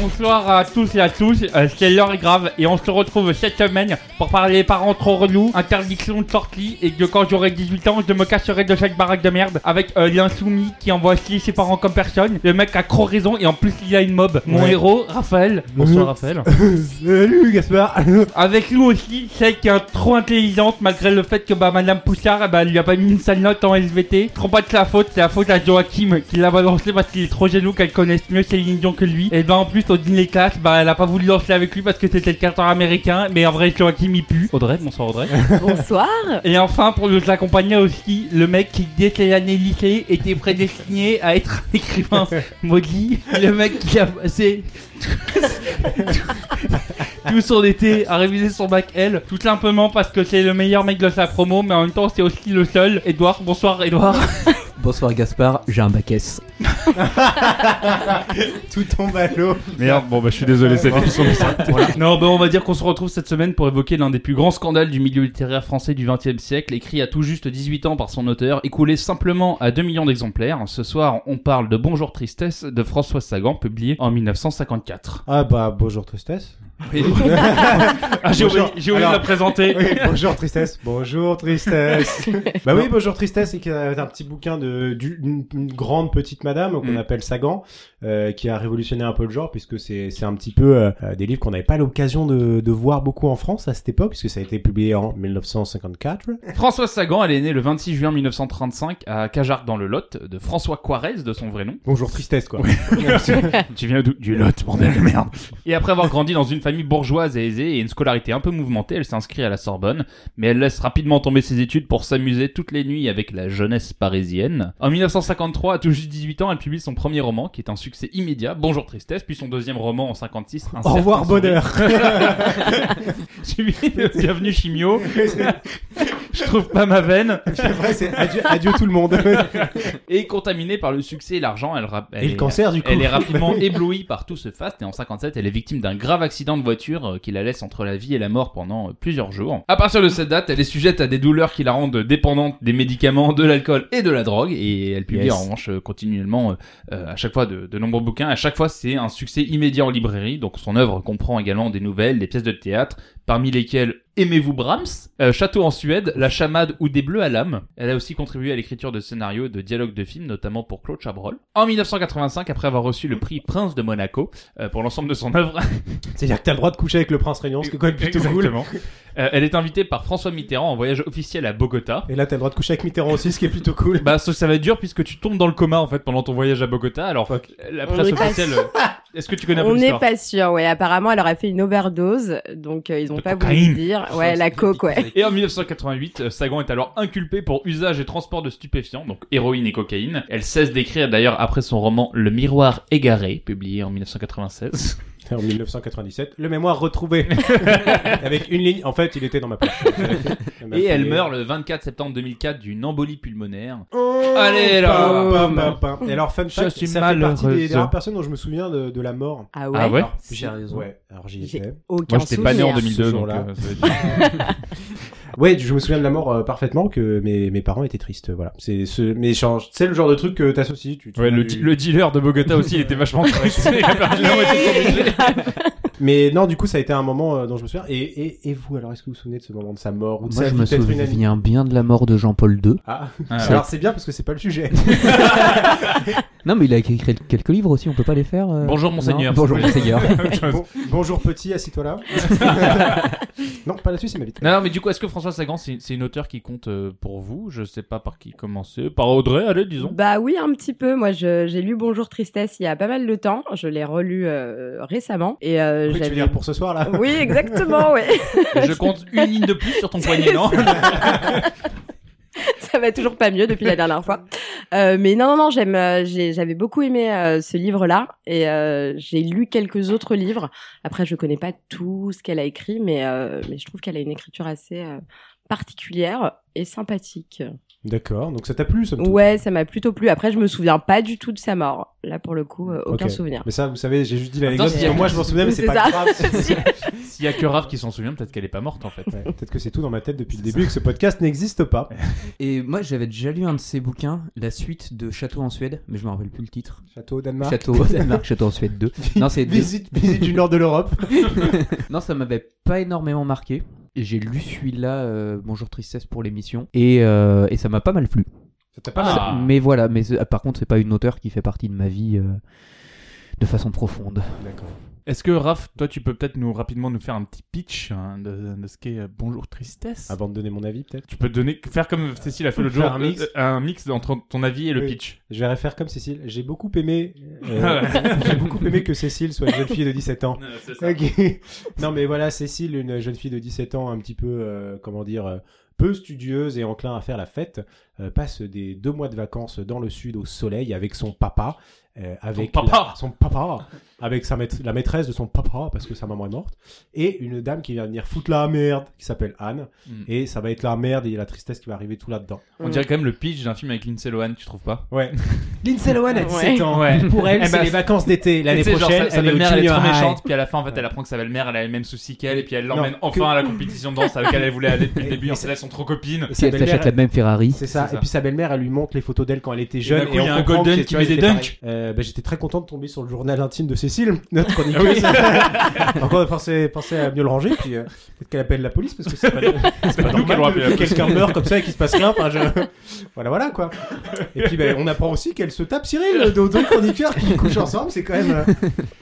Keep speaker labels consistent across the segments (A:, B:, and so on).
A: Bonsoir à tous et à tous, euh, c'est l'heure est grave et on se retrouve cette semaine pour parler des parents trop relous, interdiction de sortie et que quand j'aurai 18 ans je me casserai de chaque baraque de merde avec euh, l'insoumis qui envoie chier ses parents comme personne. Le mec a trop raison et en plus il a une mob. Mon
B: Ouais.
A: héros, Raphaël. Bonsoir Raphaël.
B: Mmh. Salut Gaspard
A: Avec nous aussi celle qui est trop intelligente malgré le fait que bah, Madame Poussard eh bah, elle lui a pas mis une sale note en SVT. Trop pas de sa faute, c'est la faute à Joachim qui l'a balancé parce qu'il est trop jaloux qu'elle connaisse mieux Céline Dion que lui. Et ben en plus au dîner classe, bah, elle a pas voulu lancer avec lui parce que c'était le carton américain, mais en vrai Joachim il pue. Audrey, bonsoir Audrey.
C: Bonsoir.
A: Et enfin pour nous accompagner aussi, le mec qui dès ses années lycée était prédestiné à être un écrivain maudit. Le mec qui a passé tout son été à réviser son bac L, tout simplement parce que c'est le meilleur mec de sa promo, mais en même temps c'est aussi le seul. Edouard, bonsoir Edouard.
D: Bonsoir Gaspard, j'ai un bac S.
B: Tout tombe à l'eau
E: Merde, bon bah je suis désolé, cette émission ne s'arrête pas.
A: Non, ben on va dire qu'on se retrouve cette semaine pour évoquer l'un des plus grands scandales du milieu littéraire français du XXe siècle, écrit à tout juste 18 ans par son auteur, écoulé simplement à 2 millions d'exemplaires. Ce soir, on parle de Bonjour Tristesse de François Sagan, publié en 1954.
B: Ah bah bonjour tristesse
A: Ah, j'ai oublié,
B: Bonjour.
A: j'ai oublié de la
B: Alors-
A: présenter.
B: Oui, Bonjour tristesse Bonjour tristesse Bah oui bonjour tristesse c'est un petit bouquin de d'une une grande petite madame qu'on
A: Mm.
B: appelle Sagan euh, qui a révolutionné un peu le genre puisque c'est c'est un petit peu euh, euh, des livres qu'on n'avait pas l'occasion de, de voir beaucoup en France à cette époque puisque ça a été publié en 1954
A: Françoise Sagan, elle est née le 26 juin 1935 à Cajarc dans le Lot, de François Quarez, de son vrai nom.
B: Bonjour tristesse quoi
A: Tu viens d'où Du Lot, bordel de merde. Et après avoir grandi dans une famille bourgeoise et aisée et une scolarité un peu mouvementée, elle s'inscrit à la Sorbonne, mais elle laisse rapidement tomber ses études pour s'amuser toutes les nuits avec la jeunesse parisienne. En 1953, à tout juste 18 ans, elle publie son premier roman, qui est un succès immédiat, Bonjour Tristesse, puis son deuxième roman en 56, Un
B: Au revoir
A: certain sourire.
B: bonheur
A: Suivi de Bienvenue Chimio, je trouve pas ma veine.
B: C'est vrai c'est adieu, adieu tout le monde
A: Et contaminée par le succès et l'argent, elle rappelle.
B: Et le cancer du coup
A: Elle est rapidement éblouie par tout ce faste et en 57, elle est victime d'un grave accident de voiture euh, qui la laisse entre la vie et la mort pendant euh, plusieurs jours. À partir de cette date, elle est sujette à des douleurs qui la rendent dépendante des médicaments, de l'alcool et de la drogue et elle publie
B: Yes.
A: en revanche euh, continuellement euh, euh, à chaque fois de, de nombreux bouquins. À chaque fois, c'est un succès immédiat en librairie. Donc son œuvre comprend également des nouvelles, des pièces de théâtre, parmi lesquelles Aimez-vous Brahms, euh, Château en Suède, La Chamade ou Des Bleus à l'âme. Elle a aussi contribué à l'écriture de scénarios et de dialogues de films, notamment pour Claude Chabrol. En 1985, après avoir reçu le prix Prince de Monaco euh, pour l'ensemble de son œuvre,
B: C'est-à-dire que t'as le droit de coucher avec le prince régnant ce qui est quand même plutôt cool
A: Exactement. Euh, elle est invitée par François Mitterrand en voyage officiel à Bogota.
B: Et là, t'as le droit de coucher avec Mitterrand aussi, ce qui est plutôt cool.
A: Bah ça, ça va être dur puisque tu tombes dans le coma en fait pendant ton voyage à Bogota. Alors
B: Fuck.
A: la presse
C: est pas
A: officielle, euh, est-ce que tu connais un peu
C: On n'est
A: l'histoire
C: pas sûr, ouais. Apparemment, elle aurait fait une overdose, donc euh, ils ont
A: De
C: pas
A: cocaïne.
C: voulu dire. Ouais, la coke, ouais.
A: Et en 1988, euh, Sagan est alors inculpée pour usage et transport de stupéfiants, donc héroïne et cocaïne. Elle cesse d'écrire d'ailleurs après son roman Le miroir égaré, publié en 1996.
B: En 1997, le mémoire retrouvé. avec une ligne. En fait, il était dans ma poche.
A: Et elle meurt le 24 septembre 2004 d'une embolie pulmonaire.
B: Oh,
A: Allez, là.
B: pam, pam, pam, pam. Et alors, fun fact,
A: suis
B: ça fait partie
A: malheureuse.
B: des dernières personnes dont je me souviens de, de la mort.
C: Ah ouais.
A: Ah ouais
D: J'ai raison.
B: Ouais, alors j'y
C: J'ai
B: étais.
C: aucun
A: Moi, j'étais pas né en
C: souvenir.
A: 2002,
B: ce
A: donc.
B: jour-là.
A: euh, ça va être-
B: Ouais, je me souviens de la mort euh, parfaitement que mes, mes parents étaient tristes. Voilà. C'est ce, mais genre, c'est le genre de truc que t'associes. Tu, tu
A: Ouais,
B: as
A: le,
B: du-
A: di- le dealer de Bogota aussi, il était vachement triste. Il a perdu la moitié de son budget.
B: Mais non, du coup, ça a été un moment euh, dont je me souviens. Et, et, et vous, alors, est-ce que vous vous souvenez de ce moment de sa mort ou de
D: Moi
B: sa
D: je me
B: vie, peut-être une amie
D: souviens bien de la mort de Jean-Paul II.
B: Ah,
A: Ah,
B: alors c'est bien parce que c'est pas le sujet.
D: Non mais il a écrit quelques livres aussi, on peut pas les faire euh
A: Bonjour,
D: Non
A: monseigneur.
D: Bonjour
A: Oui.
D: monseigneur.
B: Bon- bonjour petit, assis-toi là. non, pas là-dessus, c'est ma vite.
A: Non, non, mais du coup, est-ce que François Sagan, c'est c'est une auteure qui compte euh, pour vous Je sais pas par qui commencer. Par Audrey, allez, disons.
C: Bah oui, un petit peu. Moi, je- j'ai lu Bonjour Tristesse il y a pas mal de temps. Je l'ai relu euh, récemment et euh,
B: Oui, tu veux
C: j'avais-
B: dire pour ce soir là
C: Oui, exactement, ouais.
A: Et je compte une ligne de plus sur ton poignet, non
C: ça va toujours pas mieux depuis la dernière fois. Euh, mais non, non, non, j'aime, euh, j'ai- j'avais beaucoup aimé euh, ce livre-là et euh, j'ai lu quelques autres livres. Après, je connais pas tout ce qu'elle a écrit, mais, euh, mais je trouve qu'elle a une écriture assez euh, particulière et sympathique.
B: D'accord, donc ça t'a plu, somme toute.
C: Ouais, ça m'a plutôt plu. Après, je me souviens pas du tout de sa mort. Là, pour le coup, euh, aucun
B: Ok.
C: souvenir.
B: Mais ça, vous savez, j'ai juste dit l'anecdote
A: Attends,
B: parce
A: c'est-
B: que moi je m'en souviens, mais c'est
C: C'est
B: pas
C: ça.
B: grave.
C: Si.
A: S'il y a que Raph qui s'en souvient, peut-être qu'elle est pas morte en fait.
B: Ouais, Peut-être que c'est tout dans ma tête depuis le début et que ce podcast n'existe pas.
D: Et moi, j'avais déjà lu un de ses bouquins, la suite de Château en Suède, mais je me rappelle plus le titre.
B: Château au Danemark.
D: Château au Danemark, Château en Suède 2. Non, c'est deux.
B: Visite, visite du nord de l'Europe.
D: non, ça m'avait pas énormément marqué. Et J'ai lu celui-là, euh, Bonjour Tristesse pour l'émission, et, euh, et ça m'a pas mal plu.
B: Ça t'a
A: Ah.
B: pas
D: Ça- mais voilà, mais euh, par contre, c'est pas une auteure qui fait partie de ma vie euh, de façon profonde.
B: D'accord.
A: Est-ce que Raph, toi, tu peux peut-être nous rapidement nous faire un petit pitch hein, de, de ce qu'est euh, Bonjour Tristesse
B: Avant de donner mon avis, peut-être.
A: bah, Tu peux donner, faire comme Cécile a fait l'autre jour,
B: Faire un mix.
A: euh, un mix entre ton avis et le
B: Oui.
A: pitch.
B: Je vais refaire comme Cécile. J'ai beaucoup aimé. euh, j'ai beaucoup aimé que Cécile soit une jeune fille de 17 ans. Ok. Non mais voilà, Cécile, une jeune fille de 17 ans, un petit peu, euh, comment dire, euh, peu studieuse et enclin à faire la fête, euh, passe des deux mois de vacances dans le sud au soleil avec son papa, euh, avec
A: Son papa
B: la- son papa, avec sa maît- la maîtresse de son papa parce que sa maman est morte, et une dame qui vient venir foutre la merde, qui s'appelle Anne,
A: Mm.
B: et ça va être la merde et la tristesse qui va arriver tout là-dedans.
A: On dirait quand même le pitch d'un film avec Lindsay Lohan, tu trouves pas
B: Ouais. Lindsay Lohan a 17 ans.
A: Ouais.
B: Pour elle,
A: Eh
B: c'est
A: ben,
B: les vacances d'été. L'année
A: Tu sais, genre,
B: prochaine,
A: sa, sa
B: elle est au
A: belle-mère, elle est
B: junior
A: trop
B: high.
A: méchante, puis à la fin, en fait, elle apprend que sa belle-mère, elle a les mêmes soucis qu'elle, et puis elle l'emmène
B: Non,
A: enfin
B: que-
A: à la compétition de danse avec laquelle elle voulait aller depuis le
B: Et-
A: début,
B: et
A: en
B: c'est-
A: fait, elles sont trop copines.
B: Et
D: Si
B: sa
D: elle
B: belle-mère,
D: s'achète la même Ferrari.
B: C'est ça.
A: C'est
B: Et
A: ça.
B: puis sa belle-mère, elle lui montre les photos d'elle quand elle était
A: d'un
B: jeune.
A: coup,
B: Et,
A: il y
B: on
A: a un
B: comprend
A: golden
B: que, tu
A: qui
B: vois,
A: met des
B: c'était pareil.
A: dunks.
B: Euh, bah, J'étais très content de tomber sur le journal intime de Cécile, notre chroniqueuse. Encore pensé, pensé à mieux le ranger. Puis euh, peut-être qu'elle appelle la police parce que c'est pas, c'est pas
A: nous qu'elle
B: normal
A: aura appelé la
B: que quelqu'un meurt comme ça et qu'il se passe rien. Enfin, je- Voilà, voilà quoi. Et puis bah, on apprend aussi qu'elle se tape Cyril, euh, d'autres chroniqueurs qui couchent ensemble. C'est quand même. euh,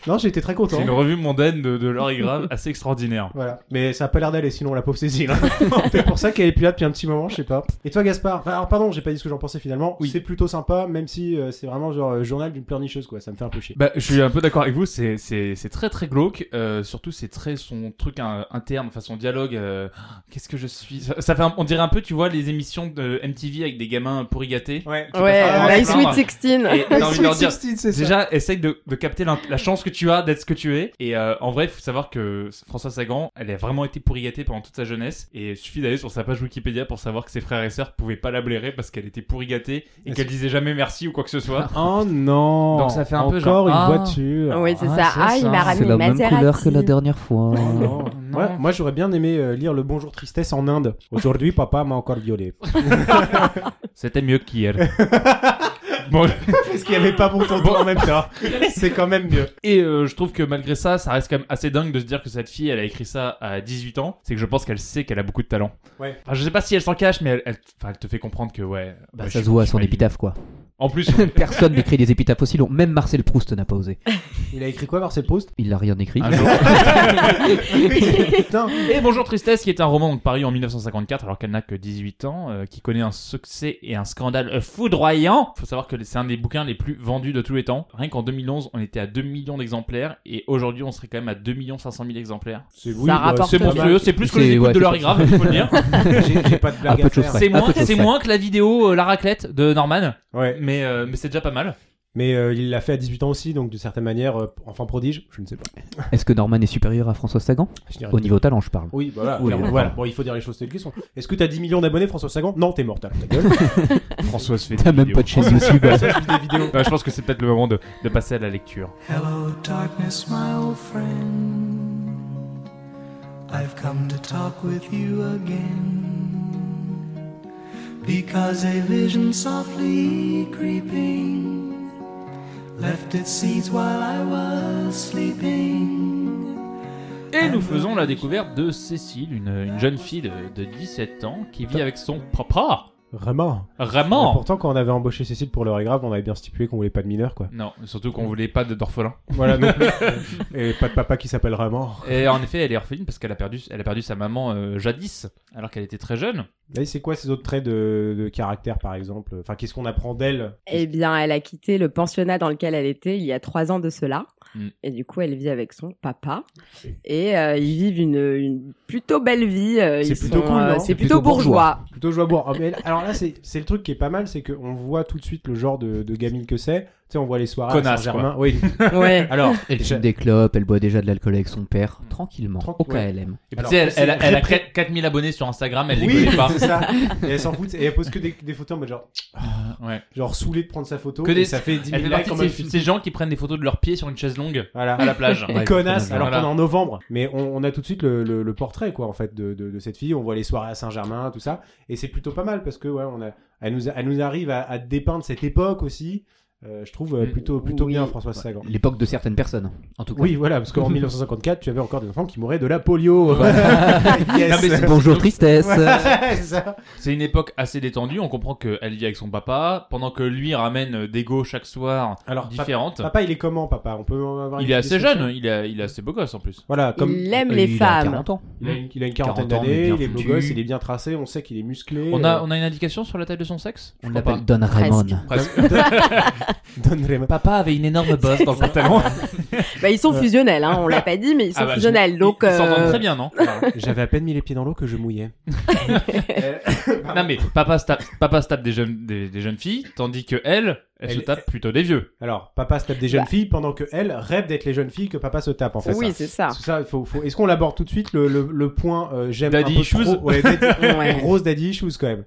B: Non, j'étais très content.
A: C'est une revue mondaine de, de l'or et grave assez extraordinaire.
B: Voilà. Mais ça a pas l'air d'aller, sinon la pauvre Cécile. hein. c'est pour ça qu'elle est plus là depuis un petit moment, je sais pas. Et toi, Gaspard Enfin, Alors, pardon, j'ai pas dit ce que j'en pensais finalement.
A: Oui.
B: C'est plutôt sympa, même si euh, c'est vraiment genre euh, journal d'une pleurnicheuse, quoi. Ça me fait un peu chier.
A: Bah, je suis un peu d'accord avec vous, c'est, c'est, c'est très très glauque, euh, surtout c'est très son truc euh, interne, enfin son dialogue, euh, qu'est-ce que je suis, ça, ça fait un- on dirait un peu, tu vois, les émissions de MTV avec des gamins pourri gâtés.
B: Ouais.
C: Ouais,
A: Ah,
C: la
A: ouais,
C: Sweet
A: non.
C: 16.
A: Et t'as envie de leur dire,
B: c'est ça.
A: Déjà, essaye de, de capter l'int- la chance que tu as d'être ce que tu es. Et euh, en vrai, il faut savoir que François Sagan, elle a vraiment été pourri gâtée pendant toute sa jeunesse. Et il suffit d'aller sur sa page Wikipédia pour savoir que ses frères et sœurs pouvaient pas la blairer parce qu'elle était pourri gâtée et
B: Est-ce-
A: qu'elle disait jamais merci ou quoi que ce soit.
B: Oh non
A: Donc, ça fait un
B: Encore
A: peu genre,
B: une
A: ah.
B: voiture.
C: Oui, c'est ça. Ah, il m'a
D: C'est
C: ramené
D: la
C: une
D: même couleur que
C: Maserati.
D: la dernière fois.
B: Non.
A: Non.
B: Ouais, moi j'aurais bien aimé euh, lire le Bonjour Tristesse en Inde. Aujourd'hui, papa m'a encore violé.
A: C'était mieux qu'hier. bon,
B: Parce qu'il y avait pas bon tonton en même temps. C'est quand même mieux.
A: et euh, je trouve que malgré ça, ça reste quand même assez dingue de se dire que cette fille, elle a écrit ça à 18 ans. C'est que je pense qu'elle sait qu'elle a beaucoup de talent.
B: Ouais.
A: Enfin, je sais pas si elle s'en cache, mais elle, elle- enfin, elle te fait comprendre que ouais.
D: Bah,
A: ouais,
D: ça
A: je-
D: se voit à
A: je
D: son
A: suis pas une-
D: épitaphe, quoi.
A: En plus,
D: Personne n'écrit des épitaphes aussi longs. Même Marcel Proust n'a pas osé.
B: Il a écrit quoi, Marcel Proust
D: Il n'a rien écrit.
A: un jour,
B: Putain
A: Et Bonjour Tristesse, qui est un roman de Paris en 1954, alors qu'elle n'a que 18 ans, euh, qui connaît un succès et un scandale euh, foudroyant. Faut savoir que c'est un des bouquins les plus vendus de tous les temps. Rien qu'en 2011, on était à 2 millions d'exemplaires, et aujourd'hui, on serait quand même à 2 500 000 exemplaires.
B: C'est
C: Ça rapporte
A: C'est
C: pas mal.
A: monstrueux, c'est plus que
D: C'est-
A: les écoutes
D: ouais,
A: de
D: c'est
A: l'heure
D: pas-
A: est grave, il faut le dire.
B: J'ai j'ai pas de blague
D: Ah, peu
B: à
D: de choses
B: faire.
D: près.
A: C'est moins,
D: peu de
A: c'est
D: frais.
A: moins que la vidéo euh, La raclette de Norman,
B: Ouais.
A: mais, euh, mais c'est déjà pas mal.
B: Mais euh, il l'a fait à 18 ans aussi, donc d'une certaine manière, euh, enfant prodige, je ne sais pas.
D: Est-ce que Norman est supérieur à François Sagan
B: Je dirais-
D: Au niveau talent, je parle.
B: Euh, Oui, bah voilà.
D: Oui,
B: clairement.
D: oui.
B: Voilà. Bon, il faut dire les choses telles qu'elles sont. Est-ce que t'as 10 millions d'abonnés, François Sagan Non, t'es mort, t'as la gueule.
A: Françoise fait
D: T'as même pas de chaîne YouTube.
B: des vidéos.
A: je pense que c'est peut-être le moment de, de passer à la lecture.
F: Hello, darkness, my old friend. I've come to talk with you again. Because a vision softly creeping left its seeds while I was sleeping.
A: Et nous faisons la découverte de Cécile, une, une jeune fille de, de 17 ans qui vit avec son papa.
B: Vraiment. Mais
A: Vraiment
B: Pourtant, quand on avait embauché Cécile pour l'heure est grave, on avait bien stipulé qu'on voulait pas de mineur, quoi.
A: Non, surtout qu'on voulait pas de- d'orphelin.
B: Voilà. non plus. Et pas de papa qui s'appelle Ramon.
A: Et en effet, elle est orpheline parce qu'elle a perdu, elle a perdu sa maman euh, jadis, alors qu'elle était très jeune.
B: Là, c'est quoi ses autres traits de, de caractère, par exemple Enfin, qu'est-ce qu'on apprend d'elle
C: Eh bien, elle a quitté le pensionnat dans lequel elle était il y a trois ans de cela.
A: Mm.
C: Et du coup, elle vit avec son papa.
B: Oui.
C: Et euh, ils vivent une, une plutôt belle vie. euh,
B: C'est
C: ils
B: plutôt
C: sont,
B: cool, non
C: C'est plutôt bourgeois.
B: Plutôt joie boire. Ah, mais elle- Alors là, c'est c'est le truc qui est pas mal, c'est qu'on voit tout de suite le genre de, de gamine que c'est. sais, on voit les soirées à
A: Connasse,
B: Saint-Germain. Oui.
C: Ouais.
B: Alors,
D: Elle
B: je-
D: fume des clopes, elle boit déjà de l'alcool avec son père, tranquillement,
B: Tranqu-
D: au
B: ouais.
D: KLM.
A: Et puis, Ah, tu sais, elle,
B: c'est
A: elle, a-
B: très
A: elle a
B: pré-
A: 4000 abonnés sur Instagram, elle les
B: oui,
A: connaît pas.
B: c'est ça. Et elle s'en fout. Et elle pose que des, des photos en mode genre,
A: Ah, Ouais.
B: genre saoulée de prendre sa photo.
A: Que
B: et
A: des-
B: ça fait 10
A: Elle fait
B: 000 likes
A: partie
B: en
A: de
B: mode
A: ces, ces gens qui prennent des photos de leurs pieds sur une chaise longue
B: Voilà.
A: à la plage.
D: Ouais,
B: connasse,
D: c'est
B: alors
A: dommage.
B: qu'on est en novembre. Mais on, on a tout de suite le, le- le portrait, quoi, en fait, de, de- de cette fille. On voit les soirées à Saint-Germain, tout ça. Et c'est plutôt pas mal parce que, ouais, on a, elle, nous, elle nous arrive à, à dépeindre cette époque aussi. Euh, je trouve euh,
A: Mm.
B: plutôt, plutôt
D: Oui.
B: bien, François Sagan.
D: L'époque de certaines personnes, en tout cas.
B: Oui, voilà, parce qu'en 1954, tu avais encore des enfants qui mouraient de la polio. Yes.
A: Non, mais c'est-
D: Bonjour tristesse.
B: Ouais, c'est ça.
A: C'est une époque assez détendue. On comprend qu'elle vit avec son papa, pendant que lui ramène euh, des go chaque soir
B: Alors, papa,
A: différentes.
B: papa, il est comment, papa On peut en avoir une
A: Il est
B: petite
A: assez
B: description
A: jeune, il est il est assez beau gosse en plus.
B: Voilà, comme
C: Il aime
D: Euh,
C: les
D: il a
C: femmes.
D: 40 ans.
B: il a une, il a une
D: 40
B: quarantaine
D: ans, mais
B: d'années,
D: bien
B: il est beau
D: foutu.
B: gosse, il est bien tracé, on sait qu'il est musclé.
A: On a,
B: euh,
A: on a une indication sur la taille de son sexe Je
D: On
A: crois pas.
D: l'appelle Don Ramon.
A: Presque.
B: Don Remo.
A: Papa avait une énorme bosse dans le pantalon.
C: Bah, ils sont
B: Ouais.
C: fusionnels, hein, on l'a pas dit, mais ils sont
A: Ah bah,
C: fusionnels. Donc,
A: Ils s'entendent
C: euh,
A: très bien, non
B: J'avais à peine mis les pieds dans l'eau que je mouillais. Euh,
A: Non mais papa se tape, papa se tape des jeunes, des, des jeunes filles, tandis que elle, elle, se
B: Elle-
A: tape plutôt des vieux.
B: Alors, papa se tape des jeunes filles pendant que elle rêve d'être les jeunes filles que papa se tape, en fait.
C: Bah. oui,
B: ça.
C: c'est ça.
B: C'est ça, faut, faut- Est-ce qu'on l'aborde tout de suite le, le- le point euh, j'aime
A: Daddy
B: un peu
A: issues
B: trop- ouais, daddy-
C: Ouais.
B: Grosse daddy issues quand même.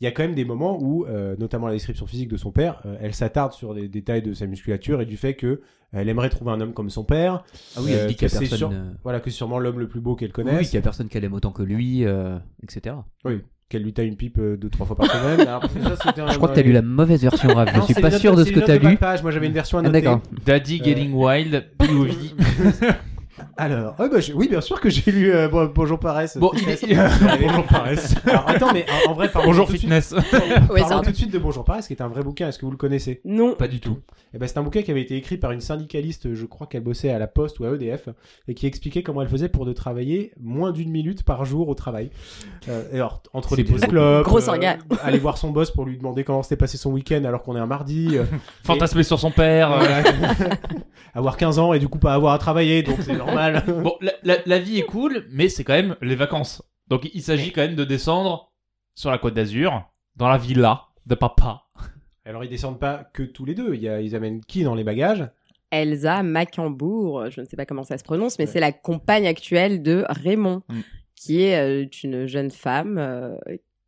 B: Il y a quand même des moments où, euh, notamment la description physique de son père, euh, elle s'attarde sur les détails de sa musculature et du fait que elle aimerait trouver un homme comme son père.
D: Ah oui, elle
B: Euh,
D: dit qu'il y a
B: que c'est
D: personne.
B: sûr-
D: euh,
B: Voilà que c'est sûrement l'homme le plus beau qu'elle
D: oui,
B: connaisse. Ah,
D: qu'il y a personne qu'elle aime autant que lui, euh, etc.
B: Qu'elle lui taille une pipe euh, deux trois fois par semaine. Alors, ça, c'était un- euh,
D: Je crois que t'as lu la mauvaise version, Rav. Je
B: Non,
D: suis
B: c'est
D: pas
B: les notes-
D: sûr de
B: c'est
D: ce
B: les
D: que
B: notes
D: t'as
B: bas de
D: lu.
B: page. Moi j'avais une version
D: Ah,
B: annotée.
D: d'accord.
A: Daddy
B: Euh.
A: Getting Wild, POV.
B: Alors, ah bah, j'ai- oui, bien sûr que j'ai lu euh, Bon- Bonjour Paresse.
A: Bon, il
B: Tristesse.
A: est-
B: Bonjour Paresse. Alors, attends, mais en, en vrai, parlons
A: Bonjour
B: tout de suite-
A: fitness.
C: Ouais, c'est
B: parlons
C: un-
B: tout de suite de Bonjour Paresse, qui est un vrai bouquin. Est-ce que vous le connaissez
C: Non.
A: Pas du tout.
B: Eh ben, c'est un bouquin qui avait été écrit par une syndicaliste, je crois qu'elle bossait à la Poste ou à EDF, et qui expliquait comment elle faisait pour de travailler moins d'une minute par jour au travail. Euh, et alors, entre les
D: C'est
B: pauses club,
C: Gros organe.
B: aller voir son boss pour lui demander comment s'était passé son week-end alors qu'on est un mardi, euh,
A: Fantasmer sur son père. euh.
B: voilà. avoir 15 ans et du coup pas avoir à travailler, donc c'est normal.
A: Bon, la, la- la vie est cool, mais c'est quand même les vacances. Donc il s'agit quand même de descendre sur la côte d'Azur, dans la villa de papa.
B: Alors ils descendent pas que tous les deux, Il y a- ils amènent qui dans les bagages
C: Elsa Macambour, je ne sais pas comment ça se prononce, mais c'est la compagne actuelle de Raymond,
A: Mm.
C: qui est euh, une jeune femme euh,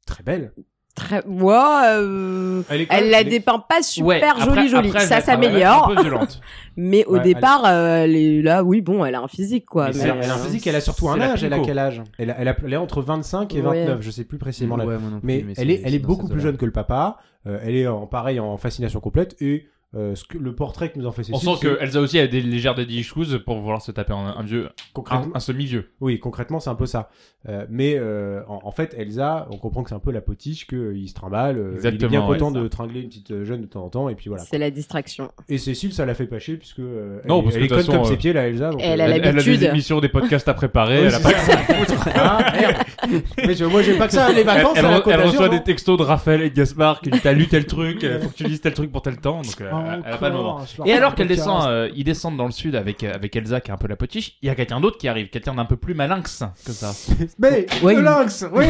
B: Très belle.
C: très. Ouah, euh,
B: Elle, est quoi
C: Elle la
B: Elle est-
C: dépeint pas
A: Hein, Ouais,
C: super
A: après-
C: jolie jolie,
A: après, elle va
C: ça
A: être- elle va être
C: s'améliore,
A: Un peu violente.
C: mais au
B: Ouais, elle-
C: départ euh, elle est là, oui bon, elle a un physique quoi.
A: Mais
B: Elle
C: mais,
B: a- elle
C: euh,
B: a un physique, elle a surtout
A: c'est
B: un
A: la
B: âge, elle a
A: Pico.
B: quel âge elle a, elle a- elle est entre 25 et
C: Ouais.
B: 29, je sais plus précisément la
D: Ouais, moi non plus,
B: mais, elle
D: c'est-
B: est, elle est
D: c'est dans
B: beaucoup
D: ces
B: plus
D: eaux-là.
B: jeune que le papa. euh, elle est en pareil en fascination complète et euh, ce que, le portrait que nous en fait
A: On
B: Cécile,
A: sent
B: c'est-
A: que Elsa aussi a des légères daddy issues pour vouloir se taper un, un vieux, un,
B: concrètement,
A: un semi-vieux.
B: oui concrètement c'est un peu ça. Euh, mais euh, en, en fait Elsa, on comprend que c'est un peu la potiche qu'il se trimballe. euh, il est
A: Exactement,
B: bien
A: ouais,
B: content
A: ça.
B: de tringler une petite euh, jeune de temps en temps et puis voilà.
C: C'est la distraction.
B: Et Cécile ça la fait pas chier puisque euh,
A: Non,
B: elle, est-
A: parce
B: elle
A: que
B: est
A: de
B: conne
A: toute façon,
B: comme ses
A: euh,
B: pieds là Elsa. donc,
C: elle
B: euh,
C: a
A: elle a
C: l'habitude.
A: des émissions, des podcasts à préparer.
B: oui,
A: elle a
B: c'est
A: pas
B: ça, c'est foutre. Ah, merde. Mais je- moi j'ai pas que ça les
A: Elle,
B: vacances.
A: elle
B: à la
A: re-
B: Côte
A: elle
B: d'Azur, hein.
A: reçoit
B: non
A: des textos de Raphaël et de Gaspard qui lui t'as lu tel truc, euh, faut que tu lises tel truc pour tel temps, donc euh, elle elle a pas le moment.
B: Encore, hein. Oh, je leur
A: Et
B: fais
A: alors
B: un
A: qu'elle
B: podcast.
A: descend, euh, ils descendent dans le sud avec, euh, avec Elsa qui est un peu la potiche, il y a quelqu'un d'autre qui arrive, quelqu'un d'un peu plus malinx que ça.
B: Mais
D: Ouais,
B: le
D: il-
B: lynx, oui.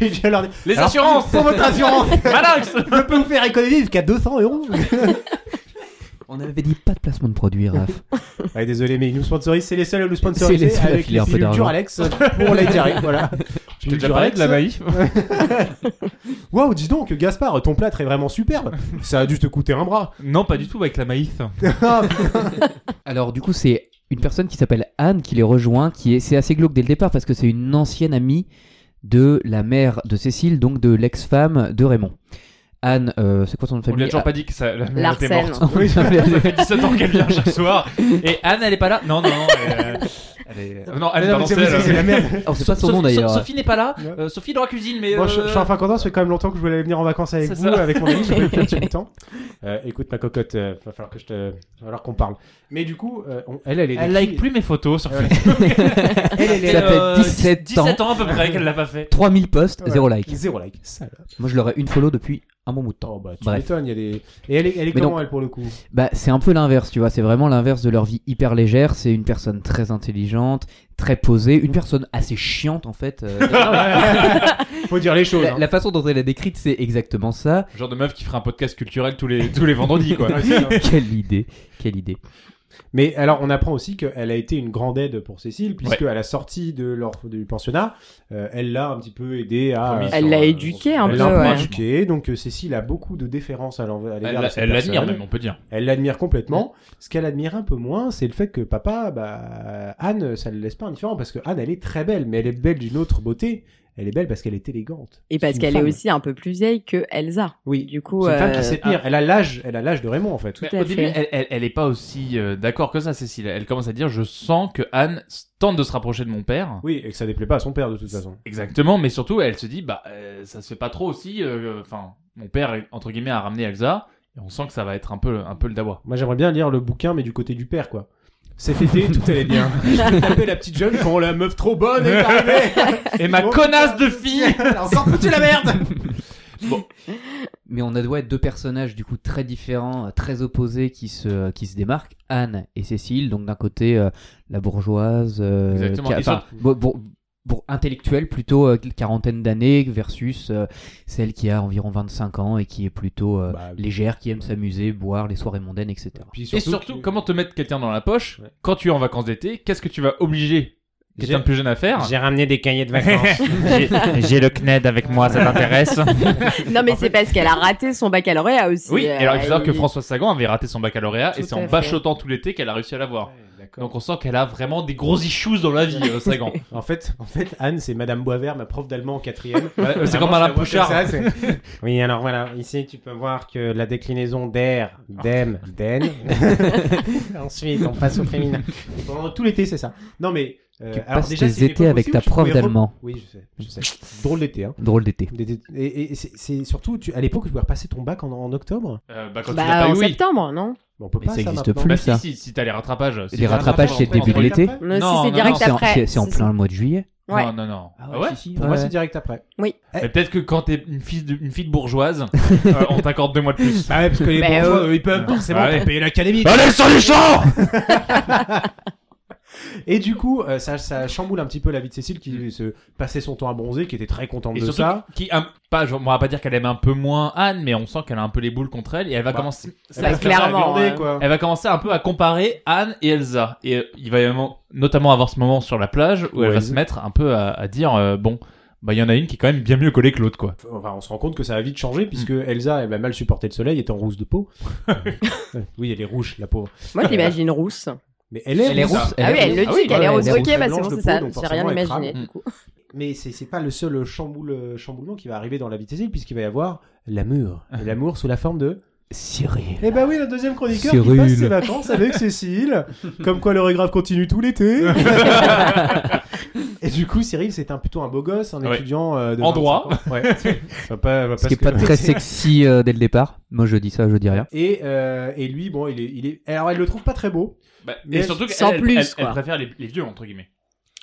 B: Et je leur dis,
A: Les
B: Alors,
A: assurances
B: pour votre assurance,
A: Malinx
B: je peux vous faire économiser jusqu'à 200 euros.
D: On avait dit pas de placement de produit, Raph.
B: Ouais, désolé, mais ils nous sponsorisent, c'est les seuls à nous
D: C'est
B: sponsoriser
D: les seuls à
B: avec
D: filer
B: les
D: un peu
B: pilules
D: d'argent.
B: Duralex pour la diarrhée. Voilà.
A: T'as déjà parlé de la maïf
B: Waouh, dis donc, Gaspard, ton plâtre est vraiment superbe. Ça a dû te coûter un bras.
A: Non, pas du tout avec la maïf.
B: Ah,
D: Alors, du coup, c'est une personne qui s'appelle Anne qui les rejoint, qui est, c'est assez glauque dès le départ parce que c'est une ancienne amie de la mère de Cécile, donc de l'ex-femme de Raymond. Anne, euh, c'est quoi son nom de Ah,
A: On lui a
D: famille
A: toujours pas dit que ça, la mère était
C: Larsen.
A: morte. Ça fait 17 ans qu'elle vient chaque soir. Et Anne, elle est pas là Non, non, non, elle, euh, elle est. euh, Non, elle est
B: non,
A: dans
B: mais c'est-
A: l'ancienne.
B: c'est c'est la merde.
D: Alors, Oh, c'est pas son
A: Sophie-
D: nom d'ailleurs.
A: Sophie n'est pas là,
B: Ouais.
A: euh, Sophie est dans la cuisine, mais.
B: Bon, je,
A: euh,
B: je suis enfin content, ça fait quand même longtemps que je voulais venir en vacances avec
A: C'est
B: vous,
A: ça.
B: avec mon ami, j'ai pas eu le petit temps. Euh, écoute, ma cocotte, euh, va falloir que je te, va falloir qu'on parle. Mais du coup, euh, on- elle, elle est.
A: Elle like plus mes photos sur
B: Ouais.
A: Facebook.
B: Elle, elle est.
D: Ça fait
A: Euh,
D: 17 ans.
A: 17 ans à peu près qu'elle l'a pas fait.
D: 3000 posts,
B: Voilà.
D: zéro like.
B: Zéro like. Sale.
D: Moi, je l'aurais une follow depuis un bon bout de temps.
B: Oh, bah, tu
D: Bref.
B: m'étonnes, il y a des. Et elle est, elle est
D: Mais
B: comment,
D: donc-
B: elle, pour le coup
D: Bah, c'est un peu l'inverse, tu vois. C'est vraiment l'inverse de leur vie hyper légère. C'est une personne très intelligente, très posée, une personne assez chiante en fait. Euh,
B: Faut dire les choses.
D: la,
B: hein.
D: la façon dont elle a décrite, c'est exactement ça.
A: Genre de meuf qui ferait un podcast culturel tous les, tous les vendredis, quoi.
B: Ouais, c'est ça.
D: Quelle idée, quelle idée.
B: Mais alors, on apprend aussi qu'elle a été une grande aide pour Cécile, puisque à la sortie de leur, du pensionnat, euh, elle l'a un petit peu aidé à. euh,
A: Promis.
C: Elle l'a éduquée un
B: Elle
C: peu.
B: l'a un peu
C: ouais.
B: éduquée, donc euh, Cécile a beaucoup de déférence à l'env- à l'égard de
A: Elle
B: cette
A: elle l'admire
B: personne.
A: même, on peut dire.
B: Elle l'admire complètement. Ce qu'elle admire un peu moins, c'est le fait que papa, bah, Anne, ça ne le laisse pas indifférent parce que Anne, elle est très belle, mais elle est belle d'une autre beauté. Elle est belle parce qu'elle est élégante.
C: Et
B: C'est
C: parce
B: une
C: qu'elle est
B: femme.
C: aussi un peu plus vieille que Elsa.
B: Oui,
C: Du coup,
B: c'est une femme
C: euh,
B: qui sait
A: Ah.
B: tenir. Elle a l'âge, elle a l'âge de Raymond en fait.
C: Tout
A: Mais
C: à
A: au début,
C: fait.
A: elle, elle, elle est pas aussi euh, d'accord que ça, Cécile. Elle commence à dire Je sens que Anne s- tente de se rapprocher de mon père.
B: Oui, et que ça déplaît pas à son père de toute façon.
A: Exactement, mais surtout, elle se dit Bah, euh, ça se fait pas trop aussi. euh, Enfin, mon père, entre guillemets, a ramené Elsa. Et on sent que ça va être un peu, un peu le dawa.
B: Moi, j'aimerais bien lire le bouquin, mais du côté du père quoi. Cet été, tout allait bien. Je me tapais la petite jeune quand la meuf trop bonne est arrivée.
A: Et ma
B: Bon,
A: connasse de fille
B: Elle a encore foutu la merde.
D: Mais on a droit à deux personnages du coup très différents, euh, très opposés qui se, qui se démarquent, Anne et Cécile. Donc d'un côté euh, la bourgeoise, euh,
A: Exactement.
D: qui a-
A: Et
D: enfin, bo- bo- bo- intellectuelle plutôt euh, quarantaine d'années versus euh, celle qui a environ 25 ans et qui est plutôt euh,
B: Bah,
D: légère, qui aime s'amuser, boire, les soirées mondaines, etc.
B: Puis
A: Et surtout,
B: que-
A: comment te mettre quelqu'un dans la poche
B: Ouais.
A: quand tu es en vacances d'été Qu'est-ce que tu vas obliger quelqu'un de plus jeune à faire
B: j'ai ramené des cahiers de vacances.
E: J'ai le CNED avec moi, ça t'intéresse
C: Non, mais c'est parce qu'elle a raté son baccalauréat aussi.
A: Oui,
C: euh,
A: alors il faut savoir que
C: elle-
A: François Sagan avait raté son baccalauréat et
C: Tout
A: c'est
C: à
A: en
C: fait.
A: bachotant tout l'été qu'elle a réussi à l'avoir.
B: D'accord.
A: Donc on sent qu'elle a vraiment des gros issues dans la vie, euh, Sagan.
B: En fait, en fait, Anne, c'est Madame Boisvert, ma prof d'allemand en quatrième.
A: Ouais, euh, c'est
B: Vraiment,
A: comme Alain
B: je la vois
A: Pouchard.
B: comme ça, c'est- oui, alors voilà, ici tu peux voir que la déclinaison d'air, d'em, d'en. Ensuite, on passe au féminin. Et Pendant tout l'été, c'est ça. Non mais. euh,
D: Tu
B: alors
D: passes
B: déjà,
D: tes
B: c'était
D: étés avec
B: possible,
D: ta
B: tu
D: prof
B: pouvais re-
D: d'allemand.
B: Oui, je sais, je sais. Drôle d'été, hein.
D: Drôle d'été.
B: Des- des- Et, et- et c'est- c'est surtout, tu- à l'époque, tu pouvais repasser ton bac en, en octobre.
A: Euh, bah quand tu l'as
C: Bah,
A: pas eu,
C: en
A: oui.
C: septembre, non
B: Mais on peut
D: Mais
B: pas
D: ça
B: ça
D: existe
B: maintenant.
D: plus.
A: Bah si,
D: ça.
A: si, si t'as les rattrapages.
D: Les rattrapages, c'est le début de l'été.
C: Non, si,
A: Non,
C: c'est
A: non,
C: direct
A: non,
D: C'est en,
C: après.
D: c'est- c'est en plein le mois de juillet.
C: Ouais.
A: Non, non, non. Ah ouais
D: si, si,
B: Pour
D: ouais,
B: moi,
D: ouais.
B: c'est direct après.
A: Mais peut-être que quand t'es une fille de, une fille de bourgeoise, euh, on t'accorde deux mois de plus.
B: Ah ouais, parce que les
C: Bah,
B: bourgeois,
C: euh,
B: eux, ils peuvent
A: Ouais.
D: Bah
B: forcément
A: Ouais.
B: te payer l'académie.
A: Bah,
E: Allez sur les champs
B: Et du coup, euh, ça, ça chamboule un petit peu la vie de Cécile qui se passait son temps à bronzer, qui était très contente
A: Mm. Et
B: de
A: surtout,
B: ça.
A: qui aime pas, genre, on va pas dire qu'elle aime un peu moins Anne, mais on sent qu'elle a un peu les boules contre elle et elle va
B: Bah,
A: commencer.
B: Elle
A: ça-
B: va
A: ça- hein.
B: se faire
C: clairement,
B: aglander,
C: ouais.
B: quoi.
A: Elle va commencer un peu à comparer Anne et Elsa. Et euh, il va y avoir- notamment avoir ce moment sur la plage où elle
B: Ouais.
A: va se mettre un peu à, à dire euh, bon, bah il y en a une qui est quand même bien mieux collée que l'autre quoi.
B: Enfin, on se rend compte que ça va vite changer puisque
A: Mm.
B: Elsa, elle va mal supporter le soleil, étant rousse de peau. Euh, oui, elle est rouge, la peau.
C: Moi, j'imagine rousse.
B: Mais elle est,
D: Elle est rousse.
C: Ah oui, elle le
A: Ah
C: dit
A: oui,
C: qu'elle
A: ouais,
C: est rose.
A: elle est
C: Ok,
B: rousse,
C: bah
B: elle
C: c'est
B: blanche
C: bon,
B: de
C: c'est
B: peau,
C: ça.
B: donc
C: J'ai rien
B: forcément, elle
C: imaginé,
A: crame.
C: du coup.
B: Mais c'est c'est pas le seul chamboule, euh, chamboulement qui va arriver dans la vie de Cécile puisqu'il va y avoir l'amour. Et L'amour sous la forme de.
D: Cyril.
B: Eh ben oui, le deuxième chroniqueur qui
D: Cyril.
B: passe ses vacances avec Cécile. Comme quoi le grave continue tout l'été. Et du coup, Cyril, c'est un, plutôt un beau gosse, un
A: Ouais.
B: étudiant euh, de
A: En droit.
B: 25 ans. Ouais. Enfin, pas- pas
D: Ce qui est
B: parce
D: pas
B: que-
D: très sexy euh, dès le départ. Moi je dis ça, je dis rien.
B: Et, euh, et lui, bon, il est, il est. Alors, elle le trouve pas très beau.
A: Bah,
B: Mais
A: et
B: elle-
A: surtout qu'elle
C: sans
A: elle-
C: plus,
A: elle- elle
C: quoi.
A: préfère les, les vieux entre guillemets.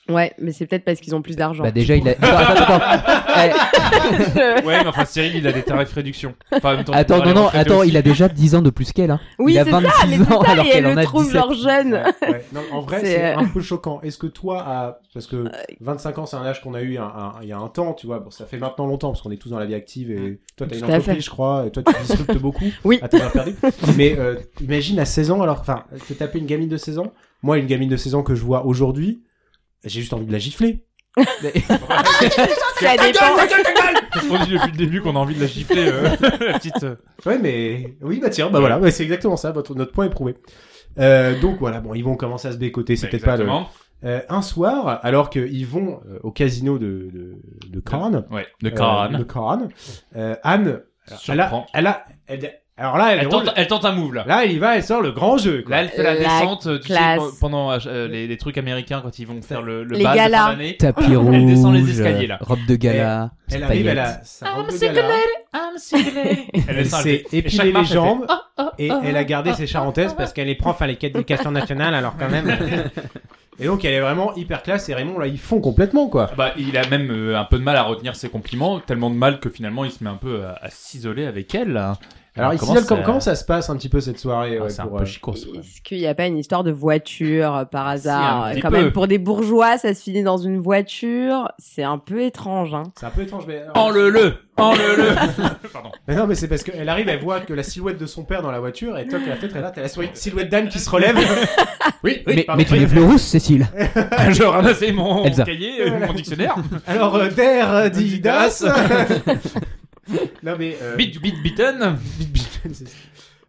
C: Ouais, mais c'est peut-être parce qu'ils ont plus d'argent.
D: Bah déjà il a. Attends, attends, attends. Eh,
A: Ouais, mais enfin Cyril il a des tarifs réduction. Enfin, en même temps,
D: attends,
A: pour aller
D: non, non,
A: retraiter
D: attends,
A: aussi.
D: il a déjà 10 ans de plus qu'elle. Hein.
C: oui,
D: il a
C: c'est ça,
D: 26
C: Ah, mais c'est
D: ans
C: ça,
D: alors
C: et
D: qu'elle
C: elle
D: en a
C: le trouve
D: 17.
C: genre jeune.
B: Ouais, ouais. Non, en vrai,
C: C'est,
B: c'est
C: euh,
B: un peu choquant. Est-ce que toi, à- parce que 25 ans, c'est un âge qu'on a eu un- un- il y a un temps, tu vois. Bon, ça fait maintenant longtemps parce qu'on est tous dans la vie active et toi, t'as une
C: Tout à fait.
B: entreprise, je crois. Et toi, tu disruptes beaucoup.
C: Oui.
B: À t'en perdu. Mais euh, imagine à 16 ans, alors, enfin, te taper une gamine de 16 ans. Moi, une gamine de 16 ans que je vois aujourd'hui, j'ai juste envie de la gifler.
C: Ça dépend.
A: Parce qu'on dit depuis le début qu'on a envie de la gifler euh, la petite. euh.
B: Ouais, mais oui, bah tiens, bah voilà, ouais, c'est exactement ça. Votre notre point est prouvé. Euh, donc voilà, bon, ils vont commencer à se bécoter. C'est peut-être pas le,
A: Exactement.
B: Euh, un soir, alors qu'ils vont euh, au casino de, de, de Cannes,
A: Ouais, de
B: euh,
A: Karan.
B: de Cannes, euh, Anne, alors, elle a,
A: Surprend.
B: elle a, elle- alors là, elle,
A: Elle
B: roule.
A: tente, elle tente un move là.
B: là, elle y va, elle sort le grand jeu. quoi.
A: Là, elle fait la,
C: La
A: descente, tu sais,
C: classe.
A: pen- pendant euh, les, les trucs américains quand ils vont faire le, le
C: Les
A: bal de fin
C: galas.
A: d'année.
D: Tapis rouge.
A: Elle descend les escaliers, là.
D: euh, Robe de gala.
B: elle
D: paillettes.
B: arrive, elle a sa robe de gala,
C: Ah,
A: Elle
B: elle
A: descend, elle fait-
B: s'est
A: Ah, et chaque
B: épilée les
A: marche, elle
B: jambes
A: ah,
B: et elle a gardé ses charentaises parce qu'elle est prof à l'éducation nationale, alors quand même. Et donc, elle est vraiment hyper classe. Et Raymond, là, ils font complètement, quoi.
A: Bah, il a même euh, un peu de mal à retenir ses compliments, tellement de mal que finalement il se met un peu à, à s'isoler avec elle. là.
B: Alors, ils
A: comment
B: s'isole-
A: ça-
B: comment, comment ça se passe un petit peu cette soirée
A: Ah,
B: ouais,
A: c'est un
B: pour,
A: peu
B: euh,
A: chicose, quoi.
C: Est-ce qu'il n'y a pas une histoire de voiture euh, par hasard
A: un petit
C: Quand
A: peu.
C: même, pour des bourgeois, ça se finit dans une voiture. C'est un peu étrange. Hein.
B: C'est un peu étrange, mais. euh,
A: Enle-le Enle-le Pardon.
B: Mais non, mais c'est parce qu'elle arrive, elle voit que la silhouette de son père dans la voiture, et toc, à la fenêtre, elle a t'as la sou- silhouette d'Anne qui se relève. oui, oui,
D: mais,
B: pardon.
D: mais tu lèves le rousse, Cécile.
A: Ah, Je ramassais mon
D: Elsa.
A: cahier, euh, mon dictionnaire.
B: Alors, euh, der, euh, die, das. non, mais. euh,
A: Bit, bit, bitten.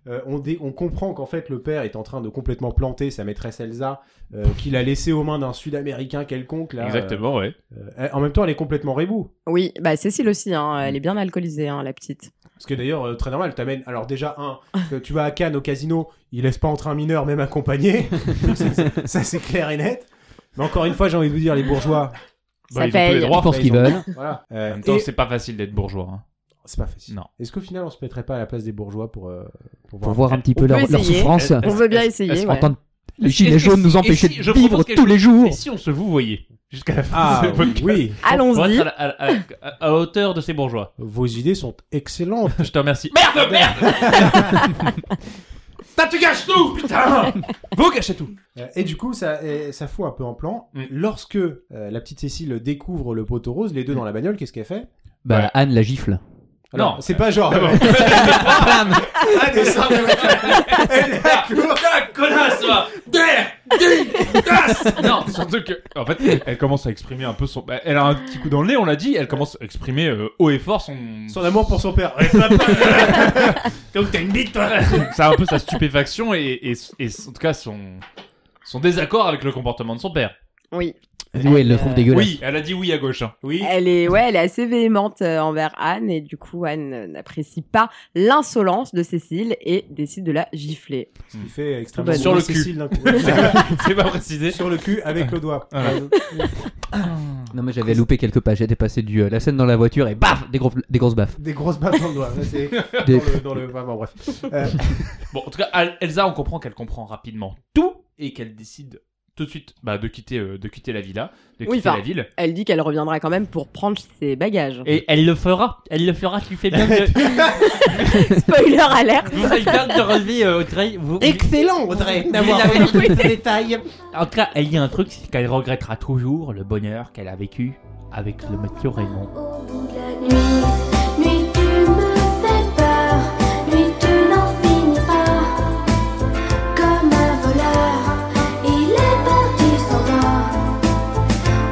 B: Euh, on, dé- on comprend qu'en fait le père est en train de complètement planter sa maîtresse Elsa, euh, qu'il a laissée aux mains d'un Sud-Américain quelconque. Là,
A: Ah, Exactement, ouais.
B: Euh, euh, en même temps, elle est complètement rébou.
C: Oui, bah Cécile aussi. Hein. Elle est bien alcoolisée, hein, la petite.
B: Parce que d'ailleurs, euh, très normal, t'amènes. Alors déjà un, que tu vas à Cannes au casino, il laisse pas entrer un mineur même accompagné. Ça, c'est- ça c'est clair et net. Mais encore une fois, j'ai envie de vous dire, les bourgeois,
A: Bah, ils
C: Ça
A: ont tous les
C: paye.
A: droits.
D: Ils font ce qu'ils
B: ils ont-
D: veulent.
B: voilà.
A: En
B: Euh,
A: même temps,
B: et-
A: c'est pas facile d'être bourgeois. hein.
B: c'est pas facile.
A: Non.
B: Est-ce qu'au final, on se mettrait pas à la place des bourgeois pour euh, pour
D: Pour
B: voir
D: voir un petit
C: On
D: peu
C: peut
D: leur, leur
C: essayer.
D: souffrance.
C: On veut bien essayer. ouais.
D: Entendre les
A: Est-ce-
D: gilets
A: est-ce-
D: jaunes nous
A: est-ce-
D: empêcher
A: si-
D: de
A: je
D: vivre
A: propose quelque
D: tous les jours.
A: Et si on se vous voyait jusqu'à la fin
B: Ah
A: de ce podcast
B: oui,
A: Pour
C: Allons-y.
A: être à, la- à la- à- à hauteur de ces bourgeois.
B: vos idées sont excellentes.
A: Je te remercie. Merde, merde Putain, tu gâches tout, putain Vous gâchez tout
B: Euh, Et du coup, ça, euh, ça fout un peu en plan.
A: Mm.
B: Lorsque euh, la petite Cécile découvre le poteau rose, les deux
A: Mm.
B: dans la bagnole, qu'est-ce qu'elle fait
D: Bah,
A: Ouais.
D: Anne la gifle.
B: Alors,
A: Non.
B: c'est pas genre.
A: bon.
B: Ah, des sortes de voitures. Elle est à court.
A: Putain, connasse, toi Der Dig Das Non, surtout que. En fait, elle commence à exprimer un peu son. bah, Elle a un petit coup dans le nez, on l'a dit, elle commence à exprimer euh, haut et fort son.
B: Son amour pour son père.
A: Donc t'as une bite, toi Ça a un peu sa stupéfaction et, et, et en tout cas son. Son désaccord avec le comportement de son père.
C: Oui.
D: Oui, elle le trouve
C: euh,
D: dégueulasse.
A: Oui, elle a dit oui à gauche. hein.
B: Oui.
C: Elle est, ouais, elle est assez véhémente euh, envers Anne et du coup Anne euh, n'apprécie pas l'insolence de Cécile et décide de la gifler.
B: Il fait extrêmement
A: Sur le cul.
B: Cécile d'un coup.
A: C'est pas précisé.
B: Sur le cul avec le doigt.
A: Voilà.
D: Non, mais j'avais loupé quelques pages. J'étais passé du euh, la scène dans la voiture et baf Des, gros- des grosses baffes.
B: Des grosses baffes dans le doigt. Ça, c'est dans
D: Des-
B: le, dans le- vraiment, bref. Euh,
A: Bon, en tout cas, Al- Elsa, on comprend qu'elle comprend rapidement tout et qu'elle décide tout de suite bah, de, quitter, euh, de quitter la villa, de
C: Oui,
A: quitter
C: enfin,
A: la ville.
C: Elle dit qu'elle reviendra quand même pour prendre ses bagages.
E: Et elle le fera. Elle le fera. Tu fais bien de.
C: Spoiler alerte.
E: Vous faites bien de relever, euh, Audrey. Vous,
B: Excellent, Audrey,
E: d'avoir
B: fait
E: fait
B: tous les détails.
E: En tout cas, elle dit un truc, c'est qu'elle regrettera toujours le bonheur qu'elle a vécu avec le Mathieu Raymond.
G: Au bout de la nuit, nuit tu me fais peur, nuit tu n'en finis pas. Comme un voleur, il est parti s'en va.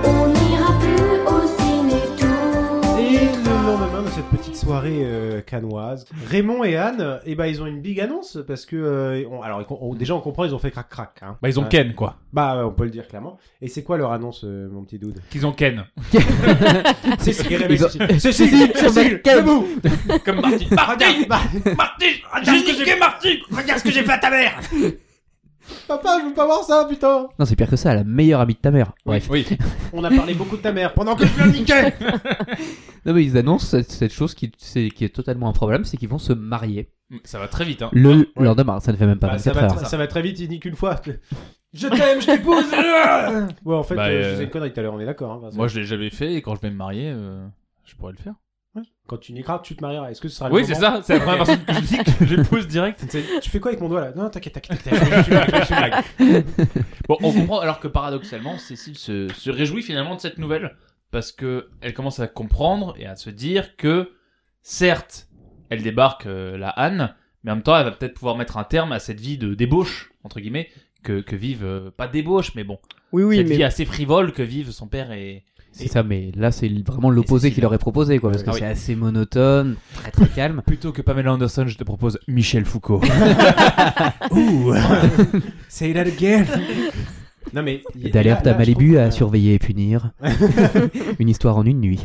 G: On n'ira plus au ciné
B: Et
G: tout.
B: le lendemain de cette petite soirée euh, canoise, Raymond et Anne, euh, eh ben ils ont une big annonce parce que euh, on- alors ils com- on- déjà on comprend ils ont fait crac crac. Hein.
A: Bah, ils ont
B: Ouais.
A: Ken, quoi.
B: Bah ouais, on peut le dire clairement. Et c'est quoi leur annonce, euh, mon petit dude
A: Qu'ils ont Ken.
B: C'est
D: Ils Ah, ont-
B: C'est Cécile, Cécile,
D: Ken.
B: debout.
A: Comme Marty. Marty
B: Bah,
A: Marty J'ai niqué Marty Regarde ce que j'ai fait à ta mère
B: Papa, je veux pas voir ça, putain.
D: Non, c'est pire que ça. La meilleure amie de ta mère. Bref.
A: Oui.
B: On a parlé beaucoup de ta mère pendant que je l'ai niquais.
D: Non, mais ils annoncent cette, cette chose qui, c'est- qui est totalement un problème c'est qu'ils vont se marier
A: Ça va très vite, hein.
D: le
B: Ouais.
D: lendemain. Ça ne fait même pas
B: Bah, ça,
D: 24
B: va,
D: heures.
B: tr- ça va très vite, il nique une fois. Je t'aime, je t'épouse. ouais, en fait,
A: Bah,
B: euh,
A: euh,
B: je faisais une connerie tout à l'heure, on est d'accord. Hein, Vincent.
A: Moi, je l'ai jamais fait et quand je vais me marier, euh, je pourrais le faire.
B: Quand tu niqueras, tu te marieras. Est-ce que ce sera le
A: Oui, c'est
B: moment
A: ça. C'est la première personne que je dis que j'épouse direct.
B: C'est- Tu fais quoi avec mon doigt là Non, t'inquiète, t'inquiète, t'inquiète. je blague, je blague.
A: Bon, on comprend alors que paradoxalement, Cécile se, se réjouit finalement de cette nouvelle parce que elle commence à comprendre et à se dire que certes, elle débarque euh, la Anne, mais en même temps, elle va peut-être pouvoir mettre un terme à cette vie de débauche entre guillemets que, que vivent euh, pas débauche, mais bon,
C: Oui, oui,
A: cette vie
C: mais
A: assez frivole que vivent son père et
D: C'est ça, mais là, c'est vraiment l'opposé
A: c'est-
D: qu'il leur est proposé, quoi, parce que
A: Ah oui.
D: c'est assez monotone, très très calme.
A: plutôt que Pamela Anderson, je te propose Michel Foucault.
B: Ouh Say that again Non mais... y-
D: D'alerte
B: là-
D: à
B: là, je
D: Malibu euh,
B: trouve
D: à
B: que-
D: surveiller et punir. une histoire en une nuit.